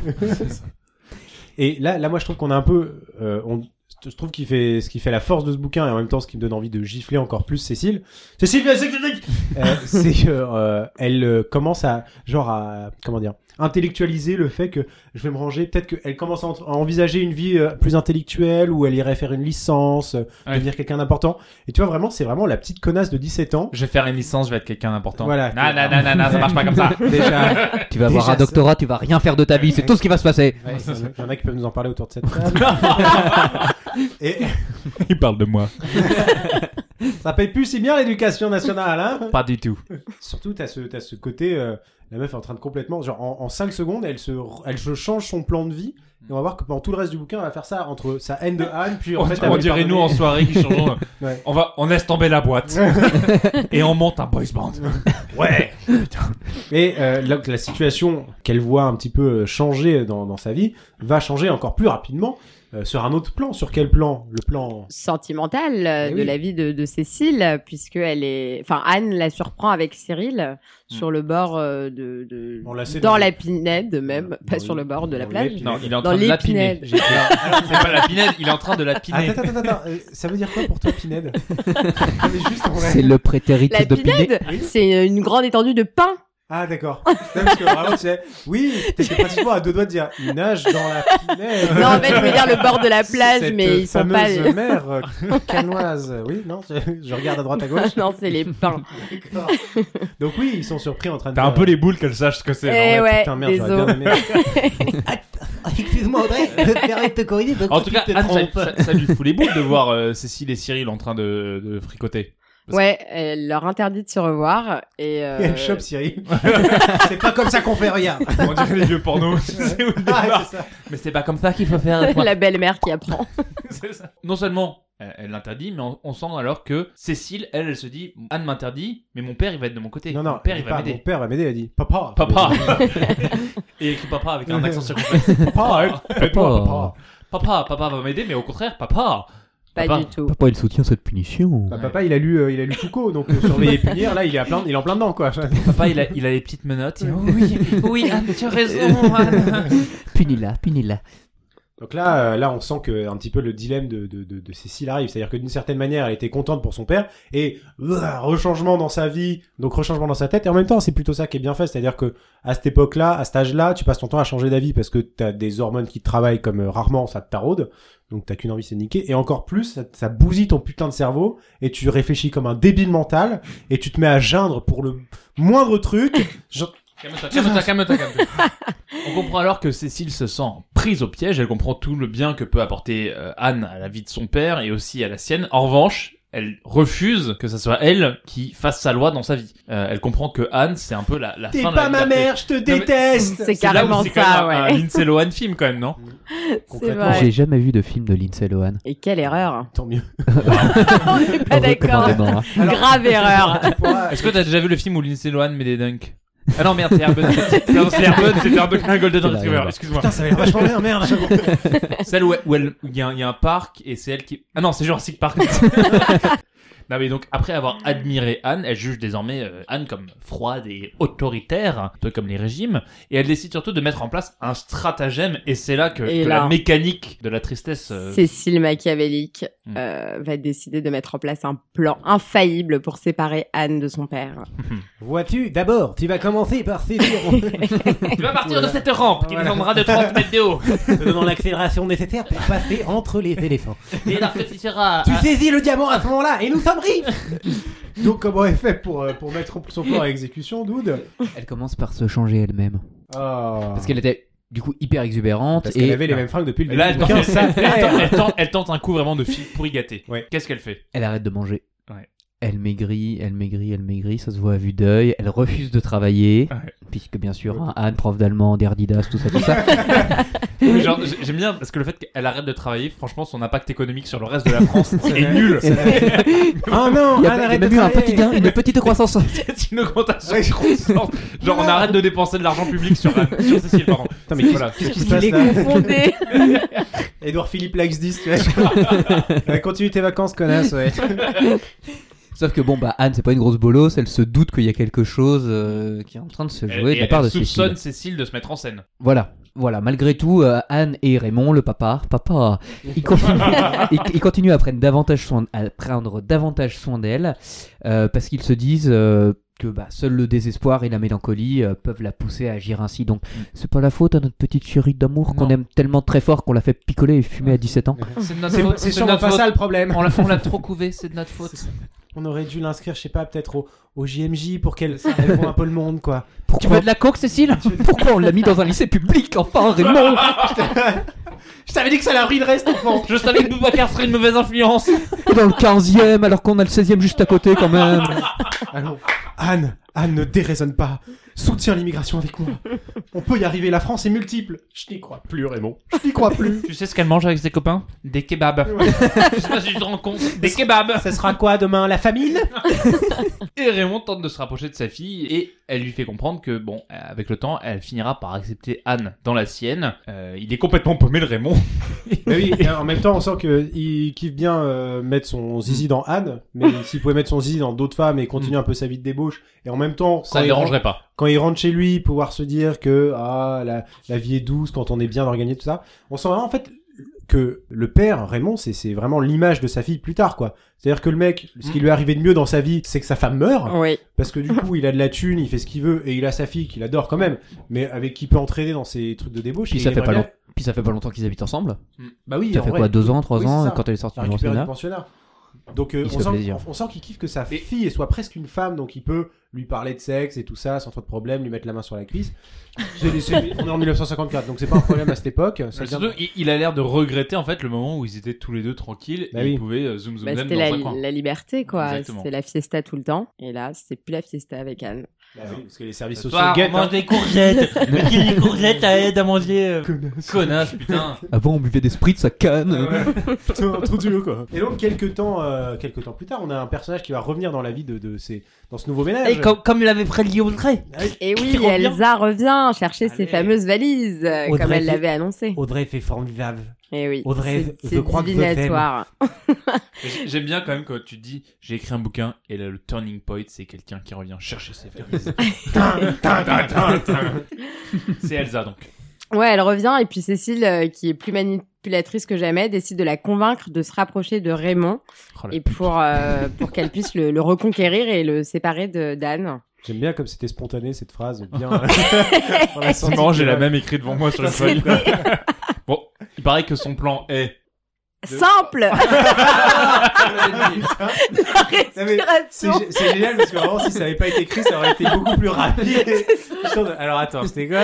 B: Et là, là, moi, je trouve qu'on a un peu... euh, on... Je trouve qu'il fait ce qui fait la force de ce bouquin et en même temps ce qui me donne envie de gifler encore plus Cécile. Cécile, viens, Cécile, Cécile euh, c'est que euh, elle euh, commence à genre à comment dire intellectualiser le fait que je vais me ranger. Peut-être qu'elle commence à, en- à envisager une vie euh, plus intellectuelle où elle irait faire une licence, euh,
A: Ouais.
B: devenir quelqu'un d'important. Et tu vois vraiment, c'est vraiment la petite connasse de 17 ans.
A: Je vais faire une licence, je vais être quelqu'un d'important.
B: Voilà.
A: Non, non, non, non, non, ça marche pas comme ça.
B: Déjà,
D: Tu vas avoir
B: Déjà
D: un doctorat, tu vas rien faire de ta vie, c'est tout ce qui va se passer.
B: il y en a qui peuvent nous en parler autour de cette table. Et
A: Il parle de moi.
B: ça paye plus si bien l'éducation nationale, hein
A: Pas du tout.
B: Surtout, t'as ce, t'as ce côté, euh, la meuf est en train de complètement, genre en, 5 secondes, elle se, elle se change son plan de vie. Et on va voir que pendant tout le reste du bouquin, elle va faire ça entre sa haine de Anne, puis en
A: on,
B: fait, elle
A: on
B: va lui
A: dirait nous en
B: pardonner.
A: soirée qui changeons. euh,
B: Ouais.
A: On va, on laisse tomber la boîte et on monte un boys band. Ouais.
B: Et euh, là, que la situation qu'elle voit un petit peu euh, changer dans, dans sa vie va changer encore plus rapidement euh, sur un autre plan. Sur quel plan Le plan.
C: sentimentale euh,
B: Eh
C: de
B: oui.
C: la vie de, de Cécile, euh, puisque elle est, enfin Anne la surprend avec Cyril euh, sur le bord euh, de, de-
B: On la sait
C: dans
B: dans-
C: la pinède même, pas
B: dans
C: sur
B: le-
C: le bord de la
B: dans
C: plage.
B: l'épinette.
A: Non, il est en
C: Dans
A: train de lapiner.
C: l'épinette.
A: J'ai fait un- C'est pas lapiner, il est en train de lapiner.
B: Attends, attends, attends, attends, euh, ça veut dire quoi pour toi, Pined Mais juste en vrai.
D: C'est le prétérite
C: La
D: de Pinet.
C: pinède, c'est une grande étendue de pin.
B: Ah, d'accord. Non, parce que vraiment, tu sais, oui, t'étais pratiquement à deux doigts de dire il nage dans la Pined.
C: Non, en fait, je veux dire le bord de la plage,
B: Cette
C: mais ils sont pas.
B: fameuse mer euh, canoise. Oui, non, je, je regarde à droite à gauche.
C: non, c'est les pins.
B: D'accord. Donc oui, ils sont surpris en train de.
A: T'as un peu les boules qu'elle sache ce que c'est.
C: Eh
A: genre,
C: ouais,
B: Putain, merde, j'aurais
C: désolé.
B: bien aimé.
H: Excuse-moi, Audrey, je te permets de te corriger. parce
A: En
H: que
A: tout
H: tu
A: cas,
H: te
A: Anne, ça,
H: trompes.
A: ça- ça lui fout les boules de voir euh, Cécile et Cyril en train de, de fricoter.
C: Ouais, elle leur interdit de se revoir et. euh,
B: Et elle chope Cyril. c'est pas comme ça qu'on fait, regarde.
A: On dirait les vieux pornos. tu sais, où ils
B: Ah,
A: démarrent.
B: c'est ça.
A: Mais c'est pas comme ça qu'il faut faire.
C: la belle-mère qui apprend.
A: C'est ça. Non seulement elle elle l'interdit, mais on, on sent alors que Cécile, elle, elle se dit Anne m'interdit, mais mon père, il va être de mon côté.
B: Non, non,
A: mon père, il va
B: pas, mon
A: m'aider.
B: père va m'aider, elle dit. Papa.
A: Papa Et il écrit papa avec un accent circonflexe. Papa, hein.
D: Papa.
B: Papa.
A: papa, papa va m'aider, mais au contraire, papa
C: Pas
A: Papa.
C: du tout.
D: Papa, il soutient cette punition.
B: Bah, papa, il a lu, euh, il a lu Foucault, donc euh, surveiller et punir. Là, il est à plein, il est en plein dedans, quoi.
A: Papa, il a, il a les petites menottes. Il- oui, oui, Anne, tu as raison, Anne
D: Punis-la, punis-la.
B: Donc là, euh, là, on sent que un petit peu le dilemme de, de, de, de Cécile arrive, c'est-à-dire que d'une certaine manière, elle était contente pour son père et ouah, rechangement dans sa vie, donc rechangement dans sa tête. Et en même temps, c'est plutôt ça qui est bien fait, c'est-à-dire que à cette époque-là, à cet âge-là, tu passes ton temps à changer d'avis parce que t'as des hormones qui te travaillent comme euh, rarement, ça te taraude, donc t'as qu'une envie, c'est de niquer. Et encore plus, ça, ça bousille ton putain de cerveau et tu réfléchis comme un débile mental et tu te mets à geindre pour le moindre truc. Genre,
A: Calme-toi, calme-toi, calme-toi, calme-toi. On comprend alors que Cécile se sent prise au piège, elle comprend tout le bien que peut apporter euh, Anne à la vie de son père et aussi à la sienne. En revanche, elle refuse que ça soit elle qui fasse sa loi dans sa vie. Euh, elle comprend que Anne, c'est un peu la, la
B: T'es
A: fin de la
B: pas ma
A: liberté.
B: mère, je te
A: mais-
B: déteste.
C: C'est
A: là où
C: carrément
A: c'est quand même
C: ça,
A: un-
C: ouais.
A: Un Lindsay Lohan film quand même, non
C: C'est
B: Concrètement,
C: vrai.
D: J'ai jamais vu de film de Lindsay Lohan.
C: Et quelle erreur.
B: Tant mieux.
C: On n'est pas
D: Heureux
C: Ah, d'accord.
D: commandement, hein.
C: Grave erreur.
A: Est-ce que t'as déjà vu le film où Lindsay Lohan met des dunks Ah non, merde, c'est Airbuds. Non, c'est Airbuds, c'était un dunk- un Golden
D: Putain,
A: Retriever,
D: ouais.
A: excuse-moi.
B: Putain, ça va être vachement bien, merde.
A: Celle où où elle- où il y, a un- il y a un parc et c'est elle qui. Ah non, c'est Jurassic Park. non mais donc après avoir admiré Anne, elle juge désormais euh, Anne comme froide et autoritaire, un peu comme les régimes, et elle décide surtout de mettre en place un stratagème et c'est là que,
C: Et
A: que
C: là.
A: la mécanique de la tristesse. euh,
C: Cécile Machiavélique
A: Hmm.
C: euh, va décider de mettre en place un plan infaillible pour séparer Anne de son père.
B: Vois-tu, d'abord, tu vas commencer par séduire
A: Tu vas partir de cette rampe qui descendra de 30 mètres de haut
H: te donnant l'accélération nécessaire pour passer entre les éléphants.
A: et lorsque tu seras.
H: Tu
A: à-
H: saisis le diamant à ce moment-là et nous sommes riches
B: Donc, comment elle fait pour, euh, pour mettre son plan à exécution, Dude
D: Elle commence par se changer elle-même.
B: Ah.
D: Parce qu'elle était du coup hyper exubérante.
B: Parce
D: et...
B: qu'elle avait les mêmes fringues depuis le
A: Là, elle
B: début.
A: tente,
B: du
A: elle,
B: bouquin.
A: tente- elle tente- elle tente- elle tente un coup vraiment de fille pourri gâté.
B: Ouais.
A: Qu'est-ce qu'elle fait
D: Elle arrête de manger.
A: Ouais.
D: Elle maigrit, elle maigrit, elle maigrit, ça se voit à vue d'œil. Elle refuse de travailler,
A: Ouais.
D: puisque bien sûr, hein, Anne, prof d'allemand, d'Herdidas, tout ça, tout ça.
A: Mais genre, j- j'aime bien parce que le fait qu'elle arrête de travailler, franchement, son impact économique sur le reste de la France est nul.
B: Ah non,
D: il y
B: elle
D: a, il y a
B: arrête
D: même
B: de
D: eu un
B: travailler.
D: petit gain, une petite croissance.
A: C'est une augmentation
B: Ouais.
A: constante. Genre, on arrête de dépenser de l'argent public sur, la- sur Cécile, pardon.
B: Putain, mais
A: Voilà.
B: qu'est-ce qui se
C: Il
B: passe
C: est
B: là
C: confondé.
B: Edouard Philippe Lax 10, tu vois. Ouais, Continue tes vacances, connasse, ouais.
D: Sauf que bon, bah Anne, c'est pas une grosse bolosse, elle se doute qu'il y a quelque chose euh, qui est en train de se
A: Elle-
D: jouer
A: et
D: de la part
A: elle
D: de
A: soupçonne
D: Cécile.
A: Cécile. de se mettre en scène.
D: Voilà. voilà, malgré tout, euh, Anne et Raymond, le papa, papa, ils continuent, ils- ils continuent à prendre davantage soin, à prendre davantage soin d'elle, euh, parce qu'ils se disent euh, que bah, seul le désespoir et la mélancolie euh, peuvent la pousser à agir ainsi. Donc, c'est pas la faute à notre petite chérie d'amour qu'on
A: Non.
D: aime tellement très fort qu'on l'a fait picoler et fumer à 17 ans.
A: C'est de notre
B: C'est
A: faute.
B: c'est
A: de
B: sûrement
A: notre
B: pas
A: faute.
B: ça le problème.
A: On l'a, on l'a trop couvé, c'est de notre faute.
B: On aurait dû l'inscrire, je sais pas, peut-être au, au JMJ pour qu'elle elle voit un peu le monde, quoi.
D: Pourquoi,
E: de la coke, Cécile
D: pourquoi on l'a mis dans un lycée public, enfin, Raymond
B: Je t'avais dit que ça la ruinerait, cet enfant.
A: Je savais que Boubacar serait une mauvaise influence.
D: Et dans le 15e, alors qu'on a le 16e juste à côté quand même
B: Allons. Anne, Anne, ne déraisonne pas. Soutiens l'immigration avec moi. On peut y arriver, la France est multiple. Je n'y crois plus, Raymond. Je n'y crois plus.
A: Tu sais ce qu'elle mange avec ses copains Des kebabs. Je sais pas si tu te rends compte. Des kebabs.
B: Ça sera quoi demain La famine
A: Et Raymond tente de se rapprocher de sa fille et elle lui fait comprendre que, bon, euh, avec le temps, elle finira par accepter Anne dans la sienne. Euh, il est complètement paumé le Raymond.
B: Mais oui, et en même temps, on sent qu'il kiffe bien euh, mettre son zizi dans Anne, mais s'il pouvait mettre son zizi dans d'autres femmes et continuer un peu sa vie de débauche, et en même temps,
A: Ça ne
B: il rentre,
A: dérangerait pas.
B: quand il rentre chez lui, pouvoir se dire que ah, la, la vie est douce quand on est bien organisé, tout ça, on sent vraiment en fait que le père, Raymond, c'est- c'est vraiment l'image de sa fille plus tard, quoi. C'est-à-dire que le mec, ce qui lui est arrivé de mieux dans sa vie, c'est que sa femme meurt.
A: Ah,
C: Oui.
B: Parce que du coup, il a de la thune, il fait ce qu'il veut, et il a sa fille qu'il adore quand même, mais avec qui il peut entraîner dans ses trucs de débauche.
D: Puis
B: et
D: ça
B: il
D: fait
B: aimerait
D: pas
B: bien-
D: longtemps. Puis ça fait pas longtemps qu'ils habitent ensemble.
B: Bah oui,
D: Ça
B: en
D: fait
B: vrai.
D: quoi, deux ans, trois
B: Oui,
D: ans,
B: c'est ça.
D: quand elle est sortie
B: Il a
D: du pensionnat
B: récupéré du pensionnat. Donc euh,
D: Il se
B: on,
D: fait
B: sent,
D: plaisir.
B: on- on sent qu'il kiffe que sa fille elle soit presque une femme, donc il peut lui parler de sexe et tout ça sans trop de problème, lui mettre la main sur la cuisse. C'est- c'est- on est en 1954, donc c'est pas un problème à cette époque. Ça vient-
A: Surtout, il, il a l'air de regretter en fait le moment où ils étaient tous les deux tranquilles
B: Bah
A: et
B: oui.
A: ils pouvaient euh, zoom zoom
C: Bah,
A: zoom
C: c'était
A: dans
C: la,
A: un coin.
C: la liberté, quoi.
A: Exactement.
C: C'était la fiesta tout le temps. Et là, c'est plus la fiesta avec Anne.
B: Bah oui, parce que les services
A: Ce
B: sociaux
A: soir, on
B: guettent,
A: mange
B: hein.
A: des courgettes.
E: Mais qui dit courgette, ça aide à manger. euh.
A: Connasse, putain.
D: Avant, on buvait des spritz à Cannes.
B: Putain, trop dur, quoi. Et donc quelques temps, euh, quelques temps plus tard, on a un personnage qui va revenir dans la vie de, de ces, dans ce nouveau ménage.
E: Et comme, comme l'avait Freddy Audrey.
C: Et oui,
E: Qui revient.
C: Elsa revient chercher ses
E: Allez.
C: fameuses valises, euh,
E: Audrey
C: comme elle
E: qui-
C: l'avait annoncé.
E: Audrey fait formidable.
C: Et oui.
E: Audrey,
C: c'est-
E: je
C: c'est
E: crois que je t'aime.
C: divinatoire.
A: J'ai- J'aime bien quand même quand tu te dis j'ai écrit un bouquin et là le turning point c'est quelqu'un qui revient chercher ses valises. Tin, tin, tin, tin, tin. c'est Elsa donc.
C: Ouais, elle revient et puis Cécile, euh, qui est plus manipulatrice que jamais, décide de la convaincre de se rapprocher de Raymond
A: Oh, la
C: et pour euh, pour qu'elle puisse le, le reconquérir et le séparer de d'Anne.
B: J'aime bien comme c'était spontané cette phrase. Bien.
A: C'est marrant, j'ai la même écrite devant moi sur le feuille. bon, il paraît que son plan est.
C: Simple La
B: Non, mais C'est
C: respiration.
B: gé- c'est génial parce que vraiment, si ça avait pas été écrit, ça aurait été beaucoup plus rapide. Je suis sûr de- Alors attends, c'était quoi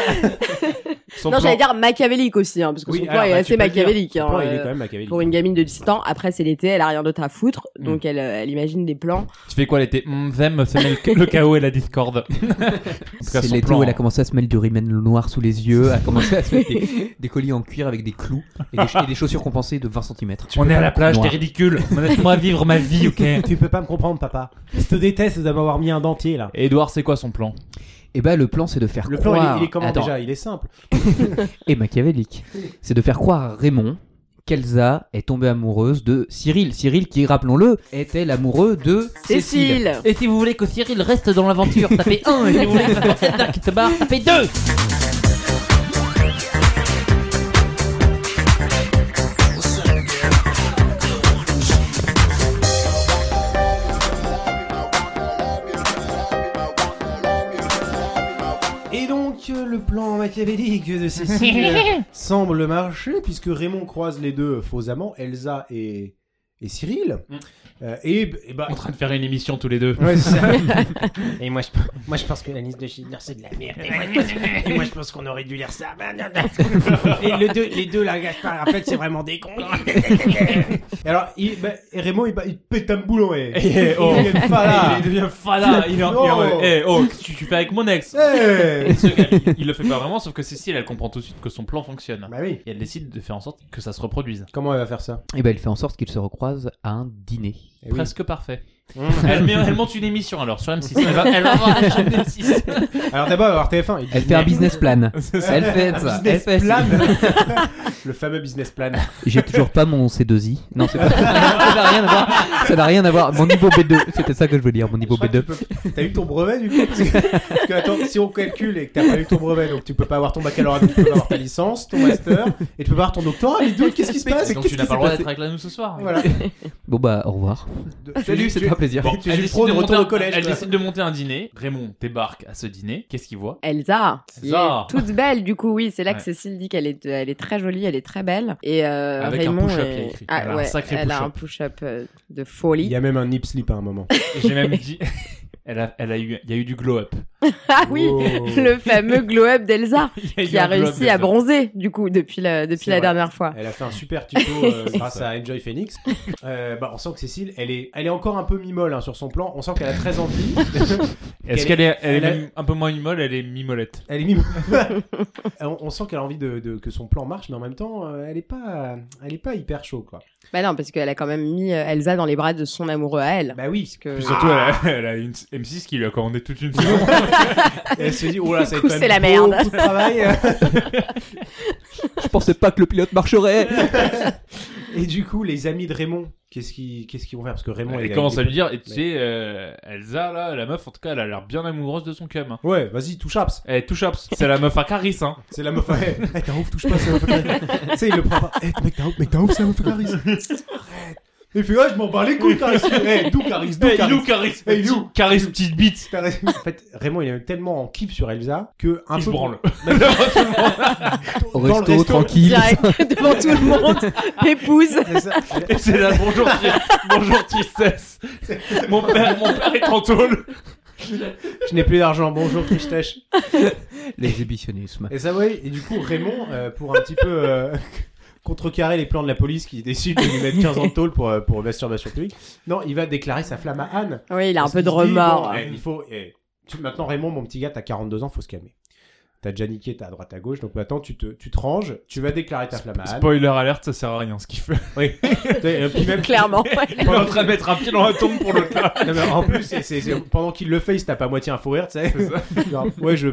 A: Son
C: Non,
A: plan...
C: j'allais dire machiavélique aussi, hein, parce que
B: Oui,
C: son plan
B: alors,
C: est
B: bah, tu
C: assez
B: peux le dire.
C: machiavélique.
B: Son
C: hein,
B: plan, il est
C: euh,
B: quand même machiavélique.
C: pour une gamine de 17 ans, après c'est l'été, elle a rien d'autre à foutre,
B: Mm.
C: donc elle, euh, elle imagine des plans.
A: Tu fais quoi l'été Mmh, Zem, c'est le, le chaos et la discorde. cas,
D: C'est
A: son
D: l'été
A: plan,
D: où elle a
A: hein.
D: commencé à se mettre du rimen noir sous les yeux, a commencé à se mettre des, des colliers en cuir avec des clous et des, et des chaussures compensées de 20 cm.
E: On est à la plage, t'es
D: Noir.
E: ridicule. Laisse-moi vivre ma vie, ok
B: Tu peux pas me comprendre, papa. Je te déteste d'avoir mis un dentier là.
A: Et Edouard, c'est quoi son plan
D: Et bah, le plan, c'est de faire
B: Le plan,
D: croire.
B: il est, il est comment
D: Attends,
B: déjà Il est simple.
D: Et machiavélique. C'est de faire croire à Raymond qu'Elsa est tombée amoureuse de Cyril. Cyril, qui, rappelons-le, était l'amoureux de Cécile.
C: Cécile
E: Et si vous voulez que Cyril reste dans l'aventure, tapez 1. Et si vous voulez que Marcel qui se barre, tapez 2.
B: Et donc, euh, le plan machiavélique de Cécile euh, semble marcher puisque Raymond croise les deux faux amants, Elsa et, et Cyril.
A: Mm.
B: Euh, et, et bah.
A: En train de faire une émission tous les deux.
B: Ouais, c'est ça.
I: Et moi je, moi je pense que la liste de Schindler c'est de la merde. Et moi, je- et moi, je pense qu'on aurait dû lire ça. Bah, Et le deux, les deux là, Gaspard, en fait c'est vraiment des cons.
B: Et alors, il, bah, et Raymond, il, bah, il pète un boulon. Et,
A: Eh, oh.
B: Il devient fada.
A: Il devient fada. Il est en- il est en-
B: Oh.
A: Eh, oh, qu'est-ce que tu, tu fais avec mon ex
B: Hey
A: Et ce gars, il, il le fait pas vraiment, sauf que Cécile, elle comprend tout de suite que son plan fonctionne.
B: Bah oui.
A: Et elle décide de faire en sorte que ça se reproduise.
D: Eh ben,
B: Comment elle va faire ça
D: Et bah, il fait en sorte qu'ils se recroisent à un dîner.
B: Eh oui.
A: Presque parfait. elle, met- elle monte une émission alors sur M6. Elle va, elle va voir la chaîne M6.
B: Alors d'abord, alors TF1, il dit,
D: Elle fait un business plan.
A: C'est ça.
D: Elle fait ça. Elle
B: business
D: fait ça.
B: plan. le fameux business plan.
D: J'ai toujours pas mon C2I. Non, c'est pas ça. n'a rien à voir. Ça n'a rien à voir. Mon niveau B2. C'était ça que je voulais dire, mon niveau
B: Je crois
D: B2.
B: que tu peux- T'as eu ton brevet du coup parce que, parce que, attends, si on calcule et que t'as pas eu ton brevet, donc tu peux pas avoir ton baccalauréat, donc tu peux pas avoir ta licence, ton master, et tu peux pas avoir ton doctorat. Les deux, qu'est-ce qui se passe
A: Donc
B: Qu'est-ce
A: tu n'as
B: qui
A: pas le
B: s'est
A: droit
B: passé
A: d'être avec nous ce soir.
B: Voilà.
D: Bon, bah, au revoir. Salut, c'était un plaisir.
A: Bon,
B: Tu es
A: elle,
B: du
A: décide
B: pro
A: de
B: de
A: monter
B: retour
A: un,
B: au collège,
A: elle
B: quoi.
A: décide de monter un dîner. Raymond débarque à ce dîner. Qu'est-ce qu'il voit
C: Elsa, qui
A: Elsa.
C: est toute belle du coup oui c'est là
A: Ouais.
C: que Cécile dit qu'elle est elle est très jolie elle est très belle et euh,
A: Avec un
C: Raymond
A: push-up,
C: est-
A: il y a écrit.
C: Ah
A: Elle a un
C: ouais,
A: sacré
C: elle a
A: push-up.
C: un push-up euh, de
B: Il
C: folie
B: y a même un nip slip à un moment.
A: Et J'ai même dit. Elle a, elle a eu, il y a eu du glow up.
C: ah oui
B: Oh.
C: le fameux glow-up d'Elsa
A: Il y eu
C: qui a
A: un glow-up
C: réussi
A: déjà.
C: à bronzer du coup depuis la
B: C'est
C: depuis la
B: vrai.
C: dernière fois
B: Elle a fait un super tuto euh, grâce à Enjoy Phoenix. Euh, bah, on sent que Cécile, elle est, elle est encore un peu mimole hein, sur son plan. On sent qu'elle a très envie.
A: Est-ce qu'elle est, elle est
B: elle a-
A: même un peu moins molle, elle est mimolette.
B: Elle est mime. on, on sent qu'elle a envie de, de- que son plan marche, mais en même temps, euh, elle est pas, elle est pas hyper chaud quoi.
C: bah non parce qu'elle a quand même mis euh, Elsa dans les bras de son amoureux à elle
B: Bah oui.
C: parce que
A: Puis surtout, elle, a, elle a une M6 qui lui a commandé toute une saison.
B: Et elle se dit, oh là, ça va être
C: Ah. coup,
B: quand même
C: c'est la merde.
B: beaucoup de travail.
D: Je pensais pas que le pilote marcherait.
B: Et du coup, les amis de Raymond, qu'est-ce qu'ils, qu'est-ce qu'ils vont faire Parce que Raymond, il
A: elle
B: a-
A: commence
B: il-
A: à lui dire, et tu sais, euh, Elsa, là, la meuf, en tout cas, elle a l'air bien amoureuse de son cum. hein.
B: Ouais, vas-y, touche ups.
A: Eh, touche up, c'est la meuf à Caris, hein.
B: C'est la meuf. Eh, eh, t'es un ouf, touche pas, c'est la meuf. à- tu sais, il le prend pas. Eh, mec, t'es un ouf, mec, t'es un ouf, c'est la meuf à Caris. Arrête. Il fait, ouais, je m'en bats les couilles, Caris. Eh, d'où Caris, d'où
A: Hey,
B: Caris.
A: Lou Caris,
B: Eh, il est où
A: petit- Caris, petite bite.
B: T'as raison. En fait, Raymond, il est tellement en kiff sur Elsa que un
A: Il se
B: peu
A: branle.
D: Au
B: dans le
D: resto,
B: resto,
D: tranquille.
C: direct devant tout le monde épouse
B: C'est ça.
A: Et c'est là, bonjour, tri- bonjour tristesse. Mon père, mon père est en tôle.
B: Je n'ai plus d'argent. Bonjour, Christèche.
D: L'exhibitionnisme.
B: Et ça, ouais. Et du coup, Raymond, euh, pour un petit peu euh, contrecarrer les plans de la police qui décide de lui mettre 15 ans de tôle pour, euh, pour masturbation publique, non, il va déclarer sa flamme à Anne.
C: oui il a un
B: Parce
C: peu de
B: qu'il se dit,
C: remords euh,
B: bon, eh, il faut. eh, tu- maintenant, Raymond, mon petit gars, t'as 42 ans, faut se calmer. T'as déjà niqué, t'as à droite à gauche, donc maintenant tu te, tu te ranges, tu vas déclarer ta
A: Bah,
B: flamme à Anne.
A: Spoiler alerte, ça sert à rien ce qu'il fait.
B: Et puis même-
C: clairement ouais.
A: Il est en train de mettre un pied dans la tombe pour l'autre là.
B: Non, mais en plus, c'est- c'est- c'est- pendant qu'il le fait, il se tape à moitié un faux rire, tu sais. Genre, ouais, je.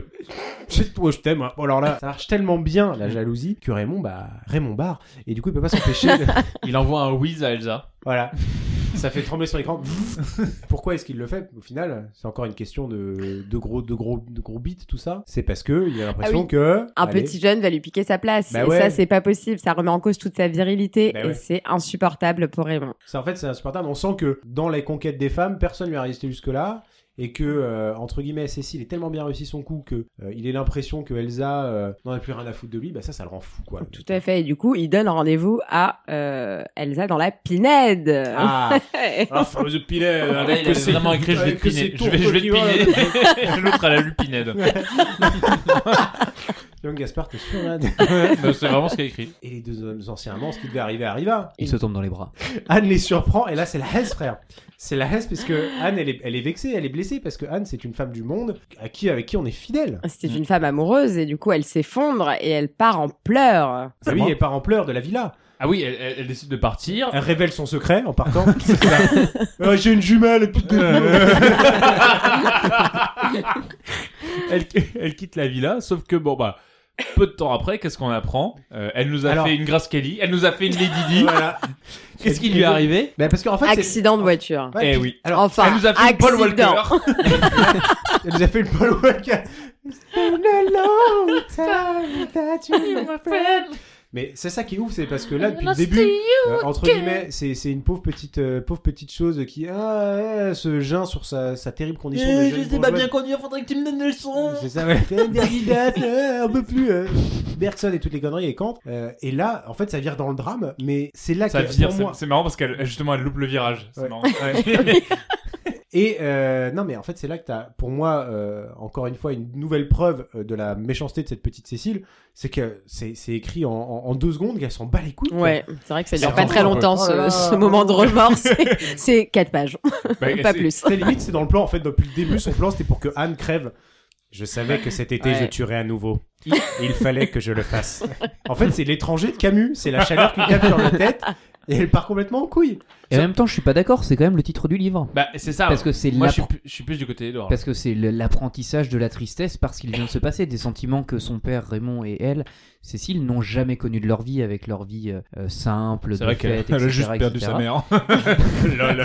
B: je- ouais, je t'aime. hein. Oh, alors là, ça marche tellement bien la jalousie que Raymond, bah, Raymond barre. Et du coup, il peut pas s'empêcher. de-
A: Il envoie un whiz à Elsa.
B: Voilà. Ça fait trembler son écran. Pourquoi est-ce qu'il le fait Au final, c'est encore une question de, de gros, de gros, de gros bits, tout ça. C'est parce que il a l'impression
C: Ah oui.
B: que
C: un
B: allez,
C: petit jeune va lui piquer sa place.
B: Bah
C: et
B: ouais.
C: ça, c'est pas possible. Ça remet en cause toute sa virilité
B: Bah
C: et
B: ouais.
C: c'est insupportable pour Raymond.
B: C'est en fait c'est insupportable. On sent que dans les conquêtes des femmes, personne lui a résisté jusque là. Et que, euh, entre guillemets, Cécile est tellement bien réussi son coup que euh, il ait l'impression que Elsa euh, n'en a plus rien à foutre de lui, bah ça, ça le rend fou,
A: Oh,
B: quoi.
C: Tout à fait. Et du coup, il donne rendez-vous à euh, Elsa dans la Pinède.
B: Ah, la
C: Enfin,
B: fameuse Pinède, avec
A: il a
B: que ses-
A: vraiment écrit je vais
B: avec
A: te
B: que ses
A: piner. Je
B: tours
A: vais, je vais
B: qui
A: te
B: volent.
A: piner. L'autre à la lupinède.
B: Young Gaspard, t'es sûr, là
A: C'est vraiment ce qu'il a écrit.
B: Et les deux hommes anciens amants, ce qui devait arriver arriva.
D: Il se tombe dans les bras.
B: Anne les surprend, et là, c'est la Hesse, frère. C'est la Hesse, puisque Anne, elle est, elle est vexée, elle est blessée, parce que Anne, c'est une femme du monde à qui, avec qui on est fidèle.
C: C'était une femme amoureuse et du coup, elle s'effondre et elle part en pleurs.
B: Bah oui, elle part en pleurs de la villa.
A: Ah oui, elle, elle- elle décide de partir.
B: Elle révèle son secret en partant. Euh, J'ai une jumelle, putain.
A: Elle, elle quitte la villa, sauf que bon bah peu de temps après, qu'est-ce qu'on apprend Euh, Elle nous a
B: Alors-
A: fait une Grace Kelly, elle nous a fait une Lady Di.
B: Voilà.
A: Qu'est-ce qui lui est arrivé
B: Bah, parce qu'en fait, c'est-
C: Accident de voiture.
B: Ouais,
A: Eh
B: puis-
A: oui.
B: Alors,
C: enfin,
A: elle nous a fait une Paul
C: accident.
A: Walker.
B: elle nous a fait le Paul Walker. It's been a long time that you were friend. Mais c'est ça qui est ouf, c'est parce que là, depuis le début, euh, entre guillemets, c'est c'est une pauvre petite, euh, pauvre petite chose qui ah, euh, se geint sur sa, sa terrible condition
H: Eh,
B: de jeune bourgeoise.
H: conduire, faudrait que tu me donnes une leçon.
B: C'est ça, ouais. Derrida, euh, un peu plus. euh, Bergson et toutes les conneries et Kant. Euh, et là, en fait, ça vire dans le drame, mais c'est là
A: Ça
B: que
A: vire,
B: pour
A: c'est-
B: moi,
A: c'est marrant parce qu'elle justement elle loupe le virage. C'est
B: Ouais.
A: marrant.
B: Et euh, non, mais en fait, c'est là que t'as, pour moi, euh, encore une fois, une nouvelle preuve euh, de la méchanceté de cette petite Cécile, c'est que c'est, c'est écrit en, en- en deux secondes qu'elle s'en bat les couilles. quoi.
C: Ouais, c'est vrai que ça
B: C'est
C: dure pas
B: vraiment
C: très
B: un peu-
C: longtemps
B: Oh là là.
C: ce, ce moment de remords. C'est- C'est quatre pages,
A: Bah,
C: pas
A: c'est-
C: plus.
B: C'est limite, c'est dans le plan. En fait, depuis le début, son plan, c'était pour que Anne crève. Je savais que cet été,
C: Ouais.
B: je tuerais à nouveau. Il fallait que je le fasse. En fait, c'est l'étranger de Camus. C'est la chaleur qui tape sur la tête. Et elle part complètement en couille.
D: Et en même temps, je suis pas d'accord, c'est quand même le titre du livre.
A: Bah, c'est ça.
D: Parce que c'est
A: Moi, je suis,
D: l'appre-
A: plus- je suis plus du côté d'Edouard.
D: Parce que c'est le- l'apprentissage de la tristesse parce qu'il vient de se passer des sentiments que son père Raymond et elle, Cécile, n'ont jamais connus de leur vie avec leur vie euh, simple,
A: C'est
D: de
A: vrai
D: fête,
A: qu'elle a
D: etc.,
A: juste perdu
D: etc..
A: sa mère. hein. Lol.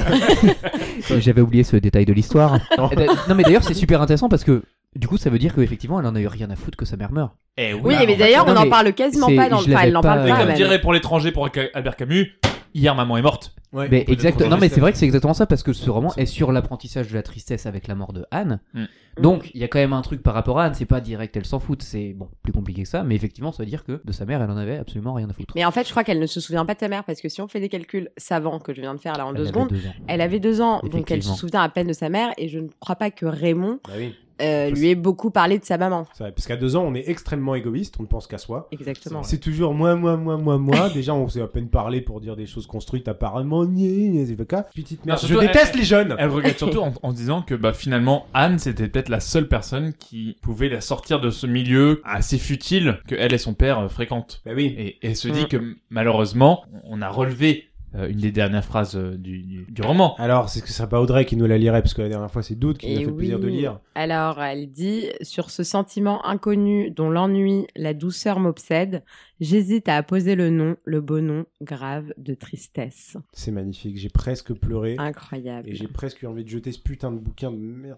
D: Et Euh, J'avais oublié ce détail de l'histoire. Et d'a- non mais d'ailleurs c'est super intéressant parce que du coup ça veut dire qu'effectivement elle en a eu rien à foutre que sa mère meurt.
A: Eh
C: Oui,
A: alors,
C: mais d'ailleurs, on
D: non,
C: en
D: mais
C: parle quasiment
D: c'est-
C: pas dans le
D: je
C: enfin,
D: l'avais
C: elle n'en parle
D: pas-
A: Et
C: pas.
D: Ah,
A: comme
C: même.
A: dirait pour l'étranger pour Albert Camus, hier maman est morte.
B: Ouais, Bah
D: mais
B: peut-être
D: exact,
B: aujourd'hui,
D: non mais
B: ça-
D: c'est vrai que c'est exactement ça parce que ce roman est sur l'apprentissage de la tristesse avec la mort de Anne.
A: Mm.
D: Donc il y a quand même un truc par rapport à Anne, c'est pas direct elle s'en fout, c'est bon plus compliqué que ça, mais effectivement ça veut dire que de sa mère elle en avait absolument rien à foutre.
C: Mais en fait, je crois qu'elle ne se souvient pas de sa mère parce que si on fait des calculs savants que je viens de faire là en
D: Elle
C: deux
D: avait
C: secondes,
D: deux ans.
C: elle avait deux ans, donc elle se
D: Effectivement.
C: souvient à peine de sa mère et je ne crois pas que Raymond
B: Bah oui,
C: euh, lui ait beaucoup parlé de sa maman.
B: c'est vrai, Parce qu'à deux ans, on est extrêmement égoïste, on ne pense qu'à soi.
C: Exactement.
B: C'est toujours moi, moi, moi, moi, moi. Déjà, on s'est à pegne parlé pour dire des choses construites apparemment. gna, gna, c'est pas le cas. Petite merde.
A: Non,
B: Je
A: surtout,
B: déteste les jeunes.
A: Elle regrette surtout en, en se disant que bah, finalement Anne c'était peut-être la seule personne qui pouvait la sortir de ce milieu assez futile que elle et son père euh, fréquentent.
B: Bah oui.
A: Et elle se dit que malheureusement on a relevé euh, une des dernières phrases euh, du, du- du roman.
B: Alors, c'est que ce serait pas Audrey qui nous la lirait, parce que la dernière fois, c'est Doute qui nous a
C: Et
B: fait le plaisir de
C: Eh oui.
B: lire.
C: Alors, elle dit Sur ce sentiment inconnu dont l'ennui, la douceur m'obsède, j'hésite à apposer le nom, le beau nom grave de tristesse.
B: C'est magnifique. J'ai presque pleuré.
C: Ah, Incroyable.
B: Et j'ai presque eu envie de jeter ce putain de bouquin de merde.